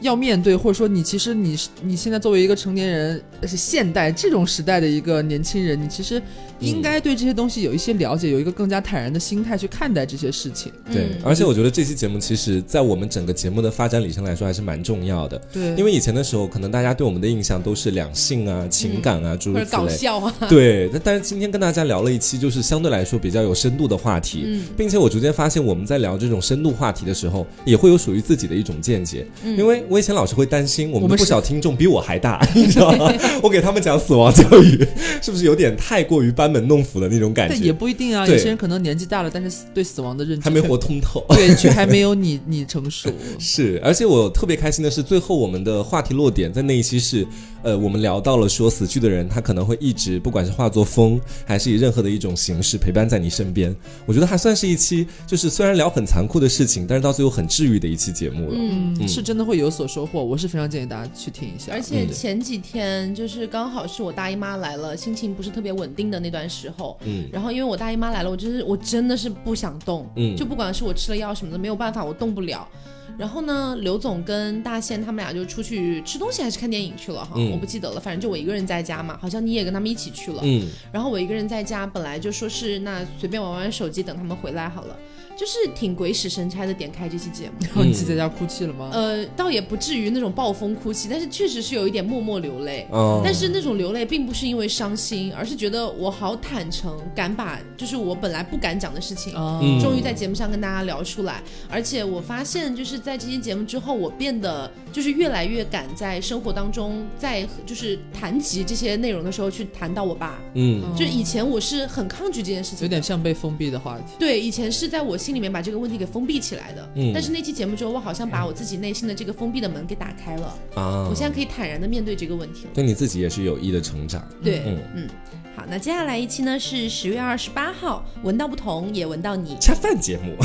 S3: 要面对，或者说你其实你是你现在作为一个成年人，而且现代这种时代的一个年轻人，你其实应该对这些东西有一些了解，有一个更加坦然的心态去看待这些事情。
S2: 对，
S1: 嗯
S2: 而且我觉得这期节目其实，在我们整个节目的发展里程来说，还是蛮重要的。
S3: 对
S2: 因为以前的时候，可能大家对我们的印象都是两性啊、情感
S3: 嗯
S2: 啊，诸
S1: 或者
S2: 如此
S1: 搞
S2: 类。
S1: 笑啊，
S2: 对，那但是今天跟大家聊了一期，就是相对来说比较有深度的话题，
S1: 嗯
S2: 并且我逐渐发现，我们在聊这种深度话题的时候，也会有属于自己的一种见解。
S3: 嗯
S2: 因为我以前老是会担心，我
S3: 我
S2: 们
S3: 们
S2: 的不
S3: 是
S2: 少听众比我还 大，你知道吗？我给他们讲死亡教育，是不是有点太过于班门弄斧的那种感
S3: 但也
S2: 觉？
S3: 不一定啊，
S2: 对
S3: 有些人可能年纪大了，但是死对死亡的认知
S2: 还没
S3: 却
S2: 活，通透。
S3: 对，却还没有你你成熟。
S2: 是，而且我特别开心的是，最后我们的话题落点在那一期是，呃，我们聊到了说死去的人，他可能会一直，不管是化作风，还是以任何的一种形式陪伴在你身边。我觉得还算是一期，就是虽然聊很残酷的事情，但是到最后很治愈的一期节目了。
S1: 嗯。
S3: 嗯，是真的会有所收获，我是非常建议大家去听一下。
S1: 而
S2: 嗯
S1: 且前几天就是刚好是我大姨妈来了，心情不是特别稳定的那段时候，
S2: 嗯
S1: 然后因为我大姨妈来了，我就是我真的是不想动，
S2: 嗯
S1: 就不管是我吃了药什么的，没有办法，我动不了。然后呢，刘总跟大仙他们俩就出去吃东西还是看电影去了哈，
S2: 嗯
S1: 我不记得了，反正就我一个人在家嘛，好像你也跟他们一起去了，
S2: 嗯，
S1: 然后我一个人在家，本来就说是那随便玩玩手机，等他们回来好了，就是挺鬼使神差的点开这期节目。
S3: 然后你自己在家哭泣了吗？
S1: 呃，倒也不至于那种暴风哭泣，但是确实是有一点默默流泪。
S2: 哦，
S1: 但是那种流泪并不是因为伤心，而是觉得我好坦诚，敢把就是我本来不敢讲的事情，
S3: 啊，
S2: 嗯
S1: 终于在节目上跟大家聊出来。而且我发现，就是在这期节目之后，我变得就是越来越敢在生活当中，在就是谈及这些内容的时候去谈到我爸。
S2: 嗯
S1: 就是以前我是很抗拒这件事情的，
S3: 哦有点像被封闭的话题。
S1: 对，以前是在我心里面把这个问题给封闭起来的，
S2: 嗯
S1: 但是那期节目之后，我好像把我自己内心的这个封闭的门给打开了，
S2: 啊，
S1: 我现在可以坦然的面对这个问题了。
S2: 对你自己也是有益的成长。
S1: 对，
S2: 嗯
S1: 嗯好，那接下来一期呢是十月二十八号，闻到不同也闻到你，
S2: 恰饭节目，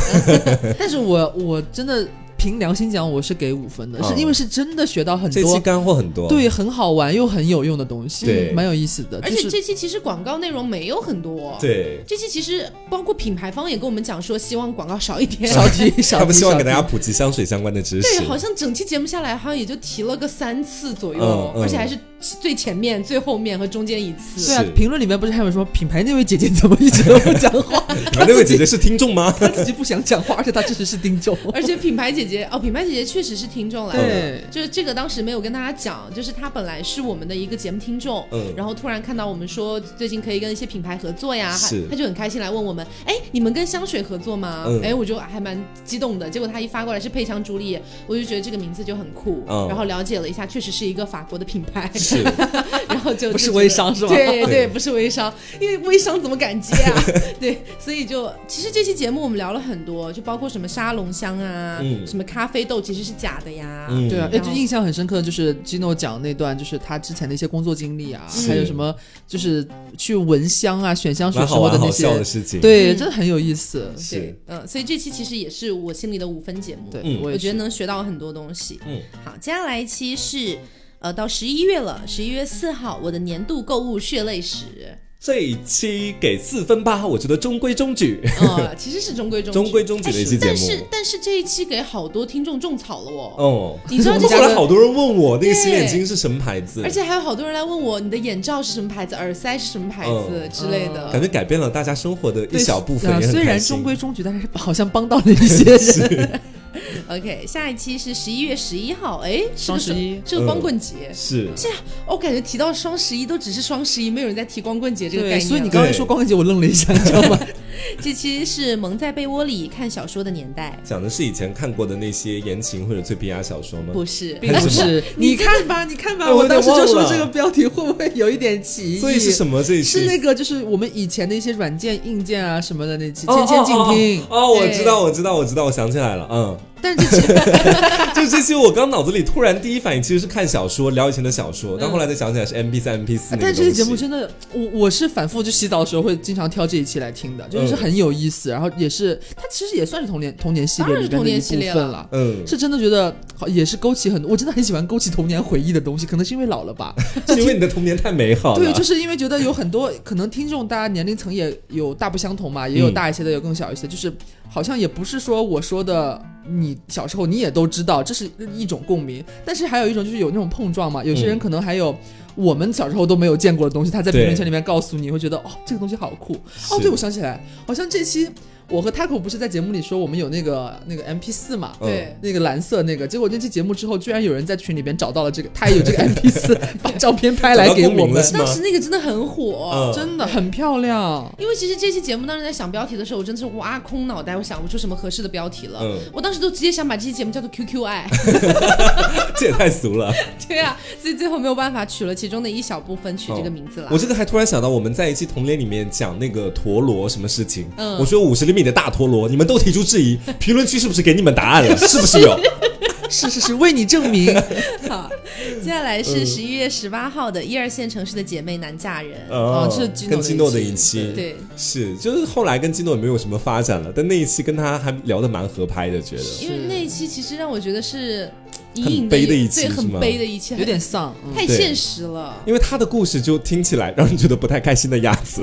S3: 但是我我真的凭良心讲，我是给五分的，
S2: 啊
S3: 是因为是真的学到很
S2: 这期
S3: 多，
S2: 干货很多。
S3: 对，很好玩又很有用的东西，
S2: 对
S3: 蛮有意思的。
S1: 而
S3: 就
S1: 且
S3: 是
S1: 这期其实广告内容没有很多，，
S2: 对，
S1: 这期其实包括品牌方也跟我们讲说，希望广告少一点。
S3: 少 提少提，
S2: 他们希望
S3: 少
S2: 给
S3: 提
S2: 大家普及香水相关的知 识。
S1: 对，好像整期节目下来，好像也就提了个三次左右，
S2: 嗯嗯
S1: 而且还是最前面、最后面和中间一次。
S3: 对啊
S2: 是，
S3: 评论里面不是还有说品牌那位姐姐怎么一直都不讲话，
S2: 你 啊们那位姐 姐是听 众吗？
S3: 她自己不想讲话，而且她确实是丁 重。
S1: 而且品牌姐姐哦，品牌姐姐确实是听
S2: 嗯
S1: 众来的。
S3: 对，
S1: 就是这个，当时没有跟大家讲，就是她本来是我们的一个节目听众，
S2: 嗯
S1: 然后突然看到我们说最近可以跟一些品牌合作呀，
S2: 是
S1: 她她就很开心来问我们，哎，你们跟香水合作吗
S2: 嗯？
S1: 哎、我就还蛮激动的。结果她一发过来是配香朱丽叶，我就觉得这个名字就很酷，
S2: 嗯
S1: 然后了解了一下，确实是一个法国的品牌，
S2: 是，
S1: 然后就
S3: 不是
S1: 就觉得
S3: 微商是吧
S1: 对
S2: 对
S1: 对，不是微商，因为微商怎么敢接啊？对，所以就其实这期节目我们聊了很多，就包括什么沙龙香啊，
S2: 嗯
S1: 什么咖啡豆其实是假的呀。
S2: 嗯
S3: 对啊，哎，
S1: 然后
S3: 就印象很深刻的就是 Gino 讲那段，就是他之前的一些工作经历啊，还有什么就是去闻香啊、选香水
S2: 蛮
S3: 什
S2: 好
S3: 么
S2: 玩
S3: 那
S2: 好
S3: 些
S2: 笑，的事情。，
S3: 对，
S1: 嗯
S3: 真的很有意思。
S1: 对，嗯，所以这期其实也是我心里的五分节目。
S3: 对，
S2: 嗯
S3: 我
S1: 我
S3: 也
S1: 觉得
S3: 是
S1: 能学到很多东西。
S2: 嗯，
S1: 好，接下来一期是呃到十一月了，十一月四号，我的年度购物血泪史。
S2: 这一期给四分吧，我觉得中规中矩，
S1: 呃，其实是中规中矩，
S2: 中规中矩的一期节
S1: 但
S2: 目
S1: 是。但是这一期给好多听众种草了哦，
S2: 哦，
S1: 你知道这
S2: 后
S1: 家
S2: 来好多人问我那个洗脸巾是什么牌子，
S1: 而且还有好多人来问我你的眼罩是什么牌子，耳塞是什么牌子
S2: 嗯
S1: 之类的。
S2: 感觉改变了大家生活的一
S3: 对
S2: 小部分
S3: 啊，
S2: 也很
S3: 虽然
S2: 开心
S3: 中规中矩，但是好像帮到了一些人。
S1: OK，下一期是十一月十一号，哎，是
S3: 双
S1: 个
S3: 十一
S2: 嗯
S1: 是个光棍节。
S2: 是
S1: 我感觉提到双十一都只是双十一，没有人在提光棍节这个概
S3: 对，
S1: 念了。
S3: 所以你刚才说光棍节，我愣了一下，你知道 吗？
S1: 这期是蒙在被窝里看小说的年代，
S2: 讲的是以前看过的那些言情或者脆皮鸭小说吗？
S1: 不 是？
S3: 并不是，
S1: 你
S3: 你看吧，你看吧，
S2: 哎我
S3: 我
S2: 有点
S3: 当时就
S2: 忘
S3: 说
S2: 了
S3: 这个标题会不会有一点歧义？
S2: 所以是什么这一期？
S3: 是那个，就是我们以前的一些软件、硬件啊什么的那期，
S2: 哦
S3: 千千静听。
S2: 哦哦哦，我
S1: 对
S2: 知道，我知道，我知道，我想起来了，嗯，
S3: 但是这期
S2: 就这期我刚脑子里突然第一反应其实是看小说，聊以前的小说，但后来才想起来是 M P 三 M P 四。
S3: 嗯哎但这期节目真的，我我是反复就洗澡的时候会经常挑这一期来听的，就是
S2: 嗯
S3: 很有意思，然后也是它其实也算是童年童年系列里边
S1: 当
S3: 的一
S1: 然
S3: 部
S1: 是童年系列
S3: 分
S1: 了
S3: 了。
S2: 嗯，
S3: 是真的觉得好，也是勾起很多，我真的很喜欢勾起童年回忆的东西，可能是因为老了吧。
S2: 是因为你的童年太美好了。
S3: 对，就是因为觉得有很多可能听众大家年龄层也有大不相同嘛，也有
S2: 嗯
S3: 大一些的，有更小一些，就是好像也不是说我说的你小时候你也都知道，这是一种共鸣，但是还有一种就是有那种碰撞嘛，有些人可能还有。我们小时候都没有见过的东西，他在
S2: 嗯对
S3: 评论圈里面告诉你，会觉得哦，这个东西好酷哦。
S2: 是
S3: 对，我想起来，好像这期我和 Taco 不是在节目里说我们有那个那个 MP 四嘛，
S2: 嗯
S1: 对
S3: 那个蓝色那个，结果那期节目之后，居然有人在群里边找到了这个，他也有这个 MP 四， 把照片拍来给
S2: 找到共
S3: 我
S2: 鸣了
S3: 们，
S2: 是吗
S1: 当时那个真的很火，
S2: 嗯
S3: 真的很漂亮。
S1: 因为其实这期节目当时在想标题的时候，我真的是挖空脑袋，我想不出什么合适的标题了。
S2: 嗯
S1: 我当时都直接想把这期节目叫做 QQ 爱，
S2: 这也太俗 了。
S1: 对啊，所以最后没有办法取了其中的一小部分取这个名字啦。
S2: 哦我这个还突然想到，我们在一期童年里面讲那个陀螺什么事情，
S1: 嗯
S2: 我说五十厘米的大陀螺，你们都提出质疑，评论区是不是给你们答案了？是不是 有？
S3: 是是是，为你证明。
S1: 好，接下来
S2: 呃
S1: 是十一月十八号的一二线城市的姐妹难嫁人。
S2: 哦
S3: 哦这是基诺
S2: 跟
S3: 的
S2: 基
S3: 一
S2: 诺的
S3: 期
S2: 一期，
S1: 对，
S2: 是就是后来跟基诺也没有什么发展了，但那一期跟他还聊得蛮合拍的，觉得。
S1: 因为那一期其实让我觉得是隐
S2: 很
S1: 隐的
S2: 悲的一期
S1: 对，
S2: 是
S1: 很
S2: 吗
S1: 悲的一期，
S3: 有点丧，嗯、
S1: 太
S2: 对
S1: 现实了。
S2: 因为他的故事就听起来让人觉得不太开心的样 子。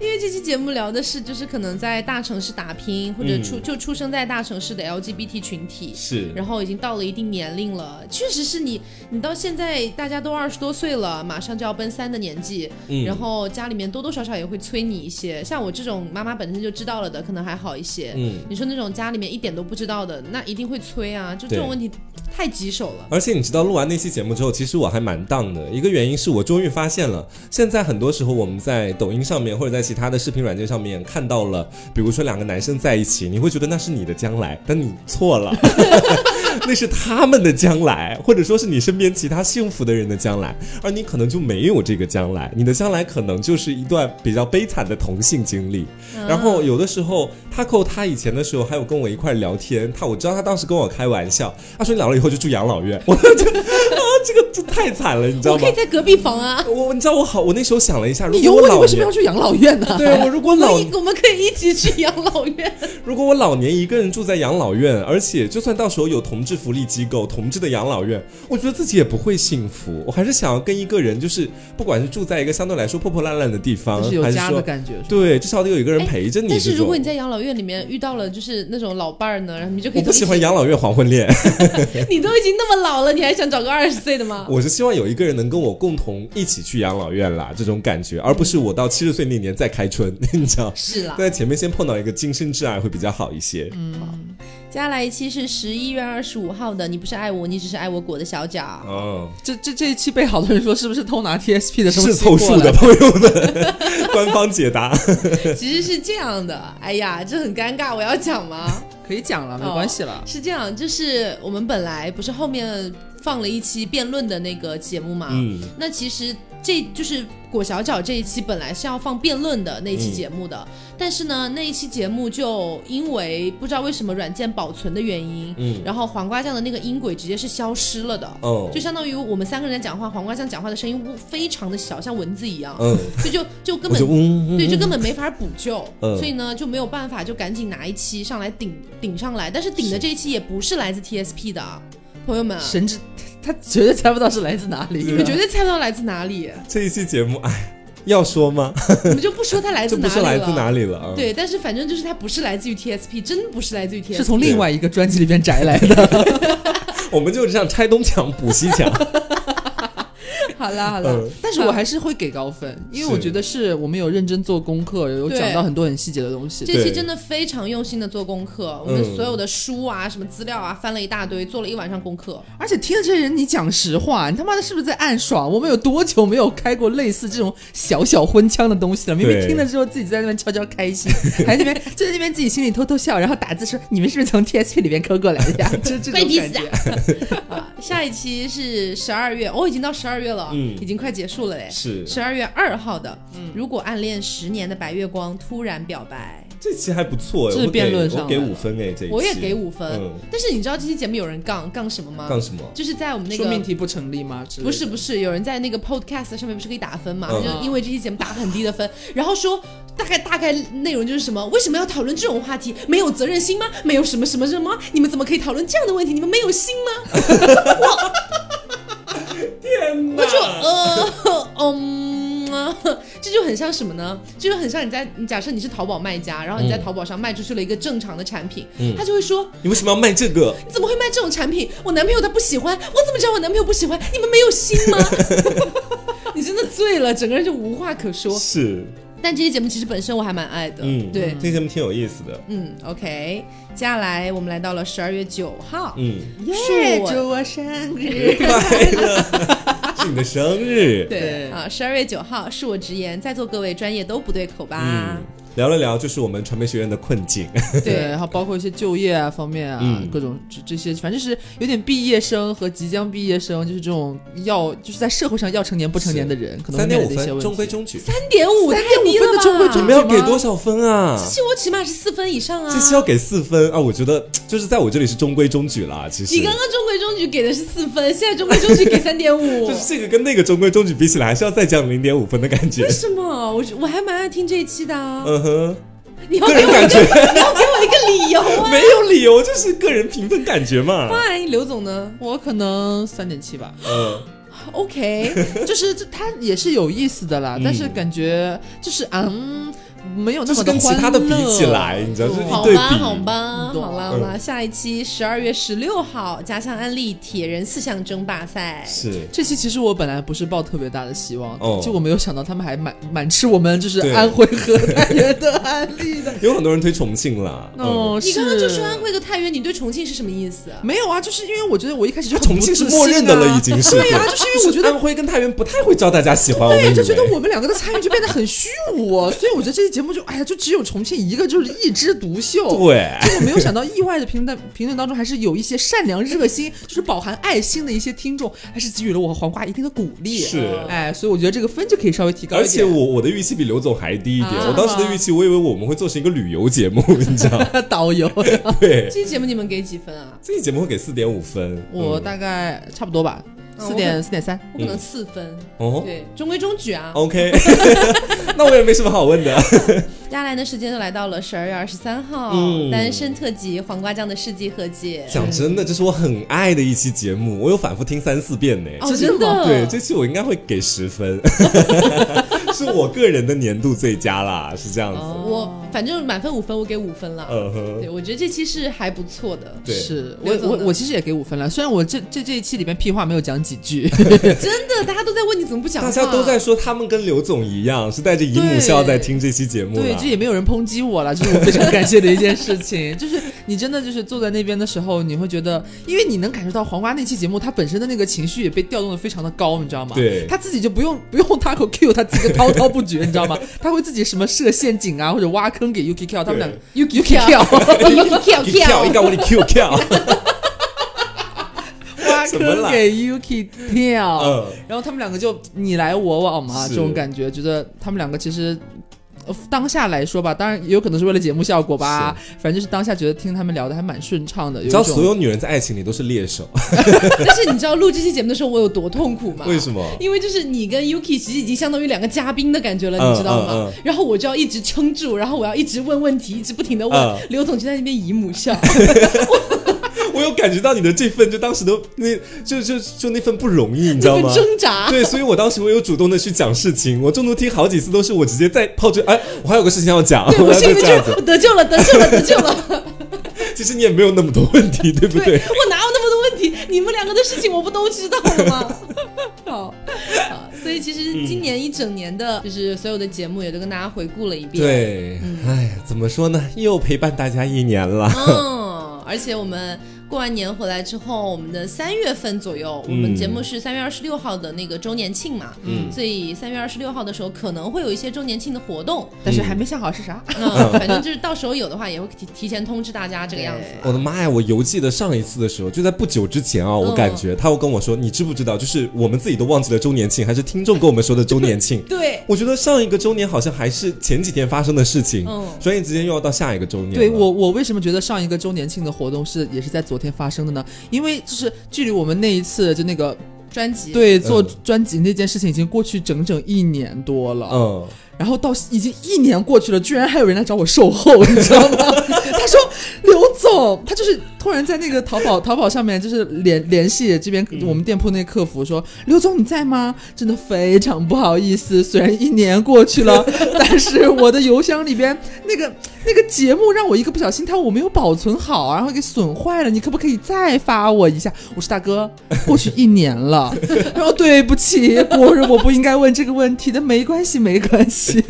S1: 因为这期节目聊的是，就是可能在大城市打拼，或者
S2: 嗯
S1: 出、就出生在大城市的 LGBT 群体，
S2: 是
S1: 然后已经到了一定年龄了，确实是你，你到现在大家都二十多岁了，马上就要奔三的年纪，
S2: 嗯
S1: 然后家里面多多少少也会催你一些。像我这种妈妈本身就知道了的，可能还好一些。
S2: 嗯，
S1: 你说那种家里面一点都不知道的，那一定会催啊，就这
S2: 对
S1: 种问题太棘手了。
S2: 而且你知道，录完那期节目之后，其实我还蛮荡的。一个原因是我终于发现了，现在很多时候我们在抖音上面或者在其他的视频软件上面看到了，比如说两个男生在一起，你会觉得那是你的将来，但你错了。 那是他们的将来，或者说是你身边其他幸福的人的将来，而你可能就没有这个将来，你的将来可能就是一段比较悲惨的同性经历。
S3: 嗯
S2: 然后有的时候，Taco 他以前的时候还有跟我一块儿聊天，他我知道他当时跟我开玩笑，他说你老了以后就住养老院， 我就啊这个这太惨了，你知道
S1: 我
S2: 吗
S1: 可以？在隔壁房啊，
S2: 我你知道我好，我那时候想了一下，如
S3: 你有
S2: 果我
S3: 我，你
S2: 老
S3: 为什么要
S2: 年，
S3: 去养老院呢、
S2: 对我如果 老
S1: 我一我们可以一起去养老院。
S2: 如果我老年一个人住在养老院，而且就算到时候有同志福利机构、同志的养老院，我觉得自己也不会幸福。我还是想要跟一个人，就是不管是住在一个相对来说破破烂烂的地方，
S3: 就是有
S2: 还是
S3: 家的
S2: 说
S3: 感觉。
S2: 对，至少得有一个人陪着你
S1: 但
S2: 这
S1: 是如
S2: 种
S1: 果。你在养老院里面遇到了就是那种老伴儿呢，然后你就可以
S2: 我不喜欢
S1: 养，
S2: 养老院黄昏恋，
S1: 你都已经那么老了，你还想找个二十岁的吗？
S2: 我是希望有一个人能跟我共同一起去养老院啦，这种感觉，而不是我到七十岁那年再开春，你知道？
S1: 是啦，
S2: 在前面先碰到一个今生挚爱会比较好一些。
S1: 嗯接下来一期是十一月二十五号的，你不是爱我，你只是爱我果的小脚。
S2: 哦，
S3: 这这这一期被好多人说是不是偷拿 TSP 的东西
S2: 是凑
S3: 过
S2: 数
S3: 来
S2: 的，朋友们， 官方解答。
S1: 其实是这样的，哎呀，这很尴尬，我 要讲吗？
S3: 可以讲了，没
S1: 哦
S3: 关系了。
S1: 是这样，就是我们本来不是后面放了一期辩论的那个节目嘛。
S2: 嗯，
S1: 那其实这就是裹小脚这一期本来是要放辩论的那一期节目的，
S2: 嗯
S1: 但是呢，那一期节目就因为不知道为什么软件保存的原因，
S2: 嗯
S1: 然后黄瓜酱的那个音轨直接是消失了的。
S2: 哦，
S1: 就相当于我们三个人在讲话，黄瓜酱讲话的声音呜非常的小，像蚊子一样，
S2: 嗯，
S1: 所以就就根
S2: 我
S1: 本
S2: 就嗯嗡，
S1: 对，就
S2: 个
S1: 根本没法补救，
S2: 嗯
S1: 所以呢就没有办法，就赶紧拿一期上来顶顶上来。但是顶的这一期也不是来自 TSP 的啊，朋友们，
S3: 神之，他绝对猜不到是来自哪里。
S2: 啊
S1: 你们绝对猜不到来自哪里，
S2: 这一期节目，哎， 要说吗？
S1: 我们就不说它来
S2: 这
S1: 自
S2: 不
S1: 哪
S2: 是
S1: 里
S2: 来自
S1: 了。
S2: 哪里了啊？
S1: 对，但是反正就是它不是来自于 TSP，真不是来自于 TSP，
S3: 是从另外一个专辑里边摘来 的。
S2: 我们就是这样拆东 墙补西墙。
S1: 好啦好啦，
S2: 嗯
S3: 但是我还是会给高分，因为我觉得是我们有认真做功课，有
S1: 对
S3: 讲到很多很细节的东西。
S1: 这期
S2: 对
S1: 真的非常用心的做功课，我们
S2: 嗯
S1: 所有的书啊、什么资料啊翻了一大堆，做了一晚上功课。
S3: 而且听了这些人，你讲实话，你他妈的是不是在暗爽？我们有多久没有开过类似这种小小荤腔的东西了？明明
S2: 对
S3: 听了之后自己在那边悄悄开心， 还在那边就在那边自己心里偷偷笑，然后打字说你们是不是从 TSP 里边抠过来的呀？ 就这种
S1: 关你屁
S3: 感
S1: 事
S3: 觉
S1: 啊。啊，下一期是十二月，哦，已经到十二月了，
S2: 嗯
S1: 已经快结束了嘞。
S2: 是
S1: 十二月二号的，如果暗恋十年的白月光突然表白，
S2: 这期还不错哎，
S3: 这
S2: 我
S3: 是
S2: 给
S3: 辩论上
S2: 我给
S3: 来的
S2: 五分哎，这一期
S1: 我也给五分。
S2: 嗯
S1: 但是你知道这期节目有人杠杠什么吗？
S2: 干什么？
S1: 就是在我们那
S3: 说命
S1: 个。
S3: 题不成立吗？之类的
S1: 不是不是，有人在那个 podcast 上面不是可以打分嘛？
S2: 嗯
S1: 他就因为这期节目打很低的分，然后说大概大概内容就是什么？为什么要讨论这种话题？没有责任心吗？没有什么什么什么？你们怎么可以讨论这样的问题？你们没有心吗？
S2: 天
S1: 我就呃 嗯 啊，这就很像什么呢？这就很像你在你假设你是淘宝卖家，然后你
S2: 嗯
S1: 在淘宝上卖出去了一个正常的产品，他就会说
S2: 你为什么要卖这个？
S1: 你怎么会卖这种产品？我男朋友他不喜欢，我怎么知道我男朋友不喜欢？你们没有心吗？ 你真的醉了，整个人就无话可说。
S2: 是，
S1: 但这些节目其实本身我还蛮爱的，
S2: 嗯，
S1: 对，
S2: 这节目挺有意思的，
S1: 嗯，OK。接下来我们来到了十二月九号，
S2: 嗯，
S1: 是我
S3: 祝我生日
S2: 快 乐，是你的生日，
S1: 对
S3: 对
S1: 啊，十二月九号恕我直言，在座各位专业都不对口吧
S2: 嗯？，聊了聊就是我们传媒学院的困境，
S3: 对，然后包括一些就业啊方面啊，
S2: 嗯
S3: 各种这这些，反正是有点毕业生和即将毕业生，就是这种要就是在社会上要成年不成年的人，可能
S2: 三
S3: 会
S2: 点
S3: 面
S2: 五
S3: 临的一些
S2: 分，
S3: 问
S2: 中规
S3: 题。
S2: 中矩。
S1: 三点五太低了吧？
S3: 3.5分的中规
S2: 我
S3: 中
S2: 们
S3: 矩
S2: 要给多少分啊？
S1: 这期我起码是四分以上
S3: 嗯
S1: 啊！
S2: 这期要给四分啊！我觉得就是在我这里是中规中矩啦。其实
S1: 你刚刚中规中矩给的是四分，现在中规中矩给三点五
S2: 就，是 这个跟那个中规中矩比起来，还是要再降零点五分的感觉
S1: 为。什么？我我还蛮爱听这一期的啊！
S2: 嗯哼，
S1: 你要
S2: 个
S1: 给
S2: 人
S1: 我一
S2: 感
S1: 个，
S2: 觉
S1: 你要给我一个理由啊！
S2: 没有理由，就是个人评分感觉嘛。
S1: 哎，刘总呢
S3: 我可能三点七吧，
S2: 嗯，
S1: ？OK，
S3: 就是这它也是有意思的啦，
S2: 嗯
S3: 但是感觉就是嗯，没有那
S2: 就是
S3: 么的
S2: 跟
S3: 欢乐。
S2: 其他的比起来，你知道，就是一
S1: 好
S2: 对比，
S1: 吧，好吧，嗯
S3: 对
S1: 好啦，好啦，下一期十二月十六号，家乡安利铁人四项争霸赛，
S2: 是
S3: 这期其实我本来不是抱特别大的希望，
S2: 哦
S3: 就我没有想到他们还蛮蛮吃我们就是
S2: 对
S3: 安徽和太原的案例 的。
S2: 有很多人推重庆啦。
S3: 哦，
S2: 嗯，
S1: 你
S3: 是
S1: 刚刚就说安徽和太原，你对重庆是什么意思？
S3: 没有啊，就是因为我觉得我一开始就很
S2: 重
S3: 不
S2: 庆是
S3: 自
S2: 默
S3: 信
S2: 认的了，
S3: 啊
S2: 已经是。
S3: 对呀、就是因为我觉得。
S2: 安徽跟太原不太会招大家喜欢，我
S3: 对呀、啊
S2: 们以
S3: 就觉得
S2: 为。
S3: 我们两个的参与就变得很虚无、所以我觉得这期节目就，哎呀，就只有重庆一个，就是一枝独秀。
S2: 对，
S3: 就我没有想到，意外的评论评论当中还是有一些善良、热心，就是饱含爱心的一些听众，还是给予了我和黄瓜一定的鼓励。
S2: 是
S3: 哎，所以我觉得这个分就可以稍微提高一
S2: 而
S3: 点。
S2: 且我我的预期比刘总还低一点，
S1: 啊
S2: 我当时的预期我以为我们会做成一个旅游节目， 你知道？
S3: 导游，
S2: 嗯对，
S1: 这期节目你们给几分啊？
S2: 这期节目会给四点五分，
S3: 我
S2: 嗯
S3: 大概差不多吧，
S1: 嗯
S3: 四点四点三。
S1: 我可能四分，
S2: 哦
S1: 对，中规中矩啊。
S2: ，OK，那我也没什么好问的，
S1: 接下来呢，时间就来到了十二月二十三号，
S2: 嗯
S1: 单身特辑《黄瓜酱的世纪和解》
S2: 讲真的，这是我很爱的一期节目，我有反复听三四遍呢。
S1: 哦，
S3: 真
S1: 真
S3: 的
S1: 的，
S2: 对，这期我应该会给十分，是我个人的年度最佳啦，是这样
S1: 哦
S2: 子。
S1: 我反正满分五分，我给五分了。
S2: 嗯哼，
S1: 对，我觉得这期是还不错的，
S2: 对
S3: 是我
S1: 刘总
S3: 我
S1: 呢
S3: 我其实也给五分了，虽然我这这这一期里面屁话没有讲几句，
S1: 真的，大家都在问你怎么不讲话，
S2: 大家 都在说他们跟刘总一样，是带着姨母笑在听这期节目
S3: 对，
S2: 啦
S3: 这。也没有人抨击我了，这是我非常感谢的一件事 情。就是你真的就是坐在那边的时候，你会觉得，因为你能感受到黄瓜那期节目，他本身的那个情绪也被调动的非常的高，你知道吗？
S2: 对
S3: 他自己就不用不用 Taco Q，他自己就滔滔不绝，你知道吗？他会自己什么设陷阱啊，或者挖坑给 Yuki Q，他们两个 Yuki Q
S1: 哦跳跳
S2: 一跳一
S1: 跳
S2: 跳，，我的 Q 跳，
S3: 挖挖
S2: 什么
S3: 坑
S2: 啦
S3: 给 Yuki 跳。
S2: 嗯，
S3: 然后他们两个就你来我往嘛，
S2: 是
S3: 这种感觉，觉得他们两个其实。呃当下来说吧，当然也有可能是为了节目效果吧，反正就是当下觉得听他们聊的还蛮顺畅的，有
S2: 你
S3: 一
S2: 知道
S3: 种
S2: 所有女人在爱情里都是猎手，
S1: 但是你知道录这期节目的时候我有多痛苦吗？
S2: 为什么？
S1: 因为就是你跟 Yuki 其实已经相当于两个嘉宾的感觉了，你知道吗？
S2: 嗯嗯
S1: 然后我就要一直撑住，然后我要一直问问题，一直不停的问。
S2: 嗯
S1: 刘总就在那边姨母笑，
S2: 我有感觉到你的这份，就当时的那，就就就那份不容易，你知
S1: 那
S2: 道
S1: 份
S2: 吗？
S1: 挣扎。
S2: 对，所以我当时我有主动的去讲事情，我中途听好几次都是我直接在抛出，哎，我还有个事情要讲，
S1: 对，
S2: 我
S1: 我
S2: 要
S1: 心
S2: 再
S1: 里面
S2: 这样子
S1: 就。得救了，得救了，得救了。
S2: 其实你也没有那么多问题，对不对？
S1: 我哪有那么多问题？你们两个的事情我不都知道了吗？ 好，好，所以其
S2: 嗯
S1: 实今年一整年的，就是所有的节目也都跟大家回顾了一遍。，
S2: 对，哎，怎么说呢？又陪伴大家一年了。
S1: 嗯，而且我们过完年回来之后，我们的三月份左右，我
S2: 嗯
S1: 们节目是三月二十六号的那个周年庆嘛，嗯，所以三月二十六号的时候可能会有一些周年庆的活 动，
S3: 但是还没想好是啥。
S1: 嗯，反正就是到时候有的话也会提提前通知大家这个样子。
S2: 我的妈呀！我邮寄的上一次的时候，就在不久之前啊，
S1: 嗯。
S2: 我感觉他又跟我说，你知不知道，就是我们自己都忘记了周年庆，还是听众跟我们说的周年庆
S1: 对，
S2: 我觉得上一个周年好像还是前几天发生的事情，
S1: 嗯
S2: 转眼之间又要到下一个周年了。
S3: 对我，我为什么觉得上一个周年庆的活动是也是在昨天发生的呢？因为就是距离我们那一次就那个
S1: 专辑，
S3: 对做
S2: 嗯
S3: 专辑那件事情已经过去整整一年多了，
S2: 嗯，
S3: 然后到已经一年过去了，居然还有人来找我售后，你知道吗？ 他说 刘总，他就是突然在那个淘宝 淘宝上面就是联联系这边我们店铺那客服说，刘总你在吗？真的非常不好意思，虽然一年过去了， 但是我的邮箱里边那个那个节目让我一个不小心，他我没有保存好，然后给损坏了，你可不可以再发我一下？我说大哥，过去一年了， 然后对不起，我我不应该问这个问题的，没关系，没关系。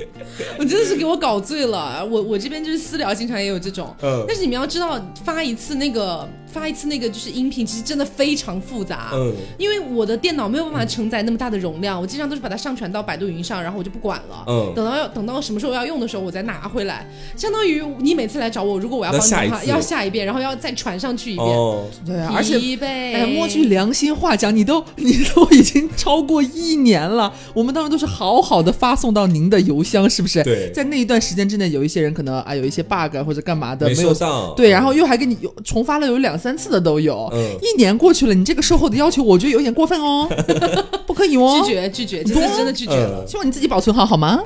S1: 我真的是给我搞醉了。我我这边就是私聊，经常也有这种。
S2: 嗯
S1: 但是你们要知道，发一次那个发一次那个就是音频，其实真的非常复杂。
S2: 嗯，
S1: 因为我的电脑没有办法承载那么大的容量，我经常都是把它上传到百度云上，然后我就不管了。
S2: 嗯
S1: 等到要等到什么时候要用的时候，我再拿回来。相当于你每次来找我，如果我要
S2: 那
S1: 帮你
S2: 下
S1: 的
S2: 一
S1: 话，
S2: 次
S1: 要下一遍，然后要再传上去一遍。
S2: 哦，
S3: 对啊，而且。
S1: 疲惫，
S3: 哎，摸句良心话讲，你都 你都已经超过一年了，我们当时都是好好的发送到您的邮箱，是不是？
S2: 对
S3: 在那一段时间之内，有一些人可能啊有一些 bug 或者干嘛的
S2: 没
S3: 没有
S2: 收到。
S3: 对，然后又还给你有重发了有两三次的都有，
S2: 嗯
S3: 一年过去了，你这个售后的要求我觉得有点过 分哦， 不可以哦，
S1: 拒，绝拒绝，真的真的拒绝
S2: 嗯
S1: 了。
S3: 希望你自己保存好好吗？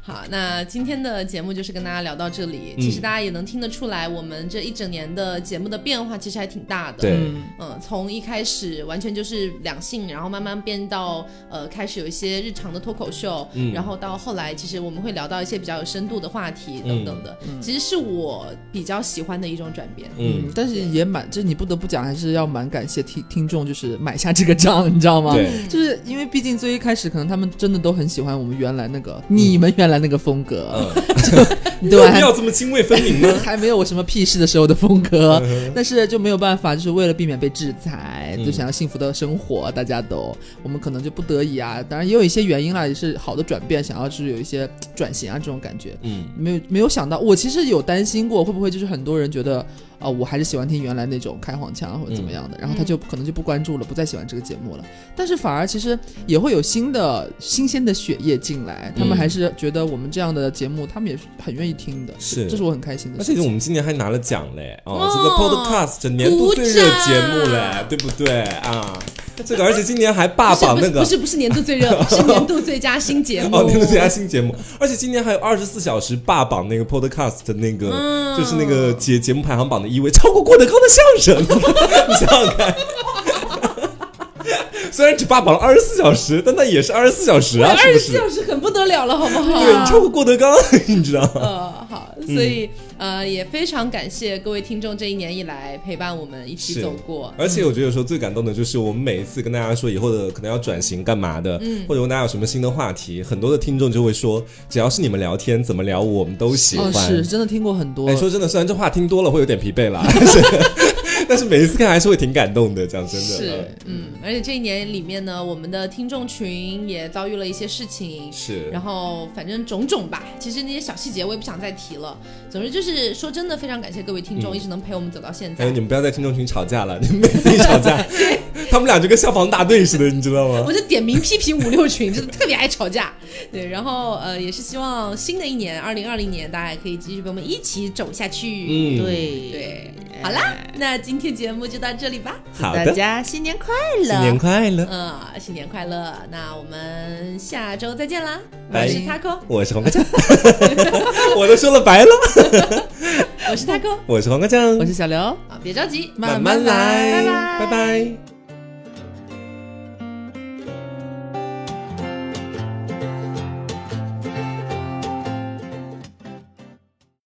S1: 好，那今天的节目就是跟大家聊到这里。
S2: 嗯
S1: 其实大家也能听得出来，我们这一整年的节目的变化其实还挺大的。
S2: 对
S3: 嗯
S1: 嗯，从一开始完全就是两性，然后慢慢变到呃开始有一些日常的脱口秀，
S2: 嗯
S1: 然后到后来其实我们会聊到一些比较有深度的话题等等的，其实是我比较喜欢的一种转变。
S2: 嗯，
S3: 但是也蛮，就是你不得不讲，还是要蛮感谢听听众，就是买下这个账，你知道吗？
S2: 对，
S3: 就是因为毕竟最一开始可能他们真的都很喜欢我们原来那个、你们原来那个风格，嗯、对
S2: 有
S3: 吧？？
S2: 必要这么泾渭分 明呢
S3: 还没有我什么屁事的时候的风格，
S2: 嗯
S1: 呃
S3: 但是就没有办法，就是为了避免被制裁，就想要幸福的生活，大家都，我们可能就不得已啊，当然也有一些原因啦，也是好的转变，想要就是有一些转型啊这种感觉，
S2: 嗯，
S3: 没有没有想到，我其实有担心过，会不会就是很多人觉得啊、我还是喜欢听原来那种开黄腔或者怎么
S2: 嗯
S3: 样的，然后他就可能就不关注了，不再喜欢这个节目了。但是反而其实也会有新的新鲜的血液进来，他
S2: 嗯
S3: 们还是觉得我们这样的节目，他们也是很愿意听的，
S2: 是
S3: 这是我很开心的
S2: 而
S3: 事
S2: 且
S3: 情。
S2: 我们今年还拿了奖嘞，哦，
S1: 哦
S2: 这个 Podcast 整年度最热节目嘞，
S1: 鼓掌
S2: 对不对啊？这个，而且今年还霸榜
S1: 不
S2: 那
S1: 是
S2: 个
S1: 不。是不是年度最 热，是年度最佳新节目。
S2: 哦，年度最佳新节目，而且今年还有二十四小时霸榜那个 Podcast 的那个，
S1: 嗯
S2: 就是那个节节目排行榜的一位，超过郭德纲的相声， 你想想看。 虽然只霸榜了二十四小时，但那也是二十四小时啊，是
S1: 二
S2: 不
S1: 十四
S2: 是？
S1: 小时很不得了了，好不好？
S2: 对，你超过郭德纲， 你知道吗？
S1: 呃，好，所以、呃，也非常感谢各位听众这一年以来陪伴我们一起
S2: 是
S1: 走过。嗯
S2: 而且我觉得说最感动的就是我们每一次跟大家说以后的可能要转型干嘛的，
S1: 嗯
S2: 或者问大家有什么新的话题，很多的听众就会说，只要是你们聊天怎么聊，我们都喜欢。
S1: 哦
S3: 哦，是真的听过很多
S2: 哎哎，。说真的，虽然这话听多了会有点疲惫啦，但是但是每一次看还是会挺感动的，讲真的。
S1: 是，嗯，而且这一年里面呢，我们的听众群也遭遇了一些事情
S2: 嗯，是，
S1: 然后反正种种吧，其实那些小细节我也不想再提了。总之就是说真的，非常感谢各位听众、一直能陪我们走到现
S2: 还
S1: 在。
S2: 有嗯哎你们不要在听众群吵架了，你们每次一吵架，他们俩就跟消防大队似的，你知道吗
S1: 我？就点名批评五六群， 真的特别爱吵架。对，然后呃，也是希望新的一年，二零二零年，大家也可以继续跟我们一起走下去。
S2: 嗯，，
S4: 对
S1: 对，好啦，
S2: 哎
S1: 那今天节目就到这里吧。
S2: 好
S4: 大
S2: 的，
S4: 家新年快
S2: 新年快乐，
S1: 呃，新年快乐！那我们下周再见啦。我
S2: 拜
S1: 是 Taco，
S2: 我是黄瓜酱，我都说了白了，
S1: 我是 Taco
S2: 我是黄瓜酱
S3: 我，是小刘，
S1: 啊，别着急，
S2: 慢慢来，
S1: 拜拜
S2: 拜拜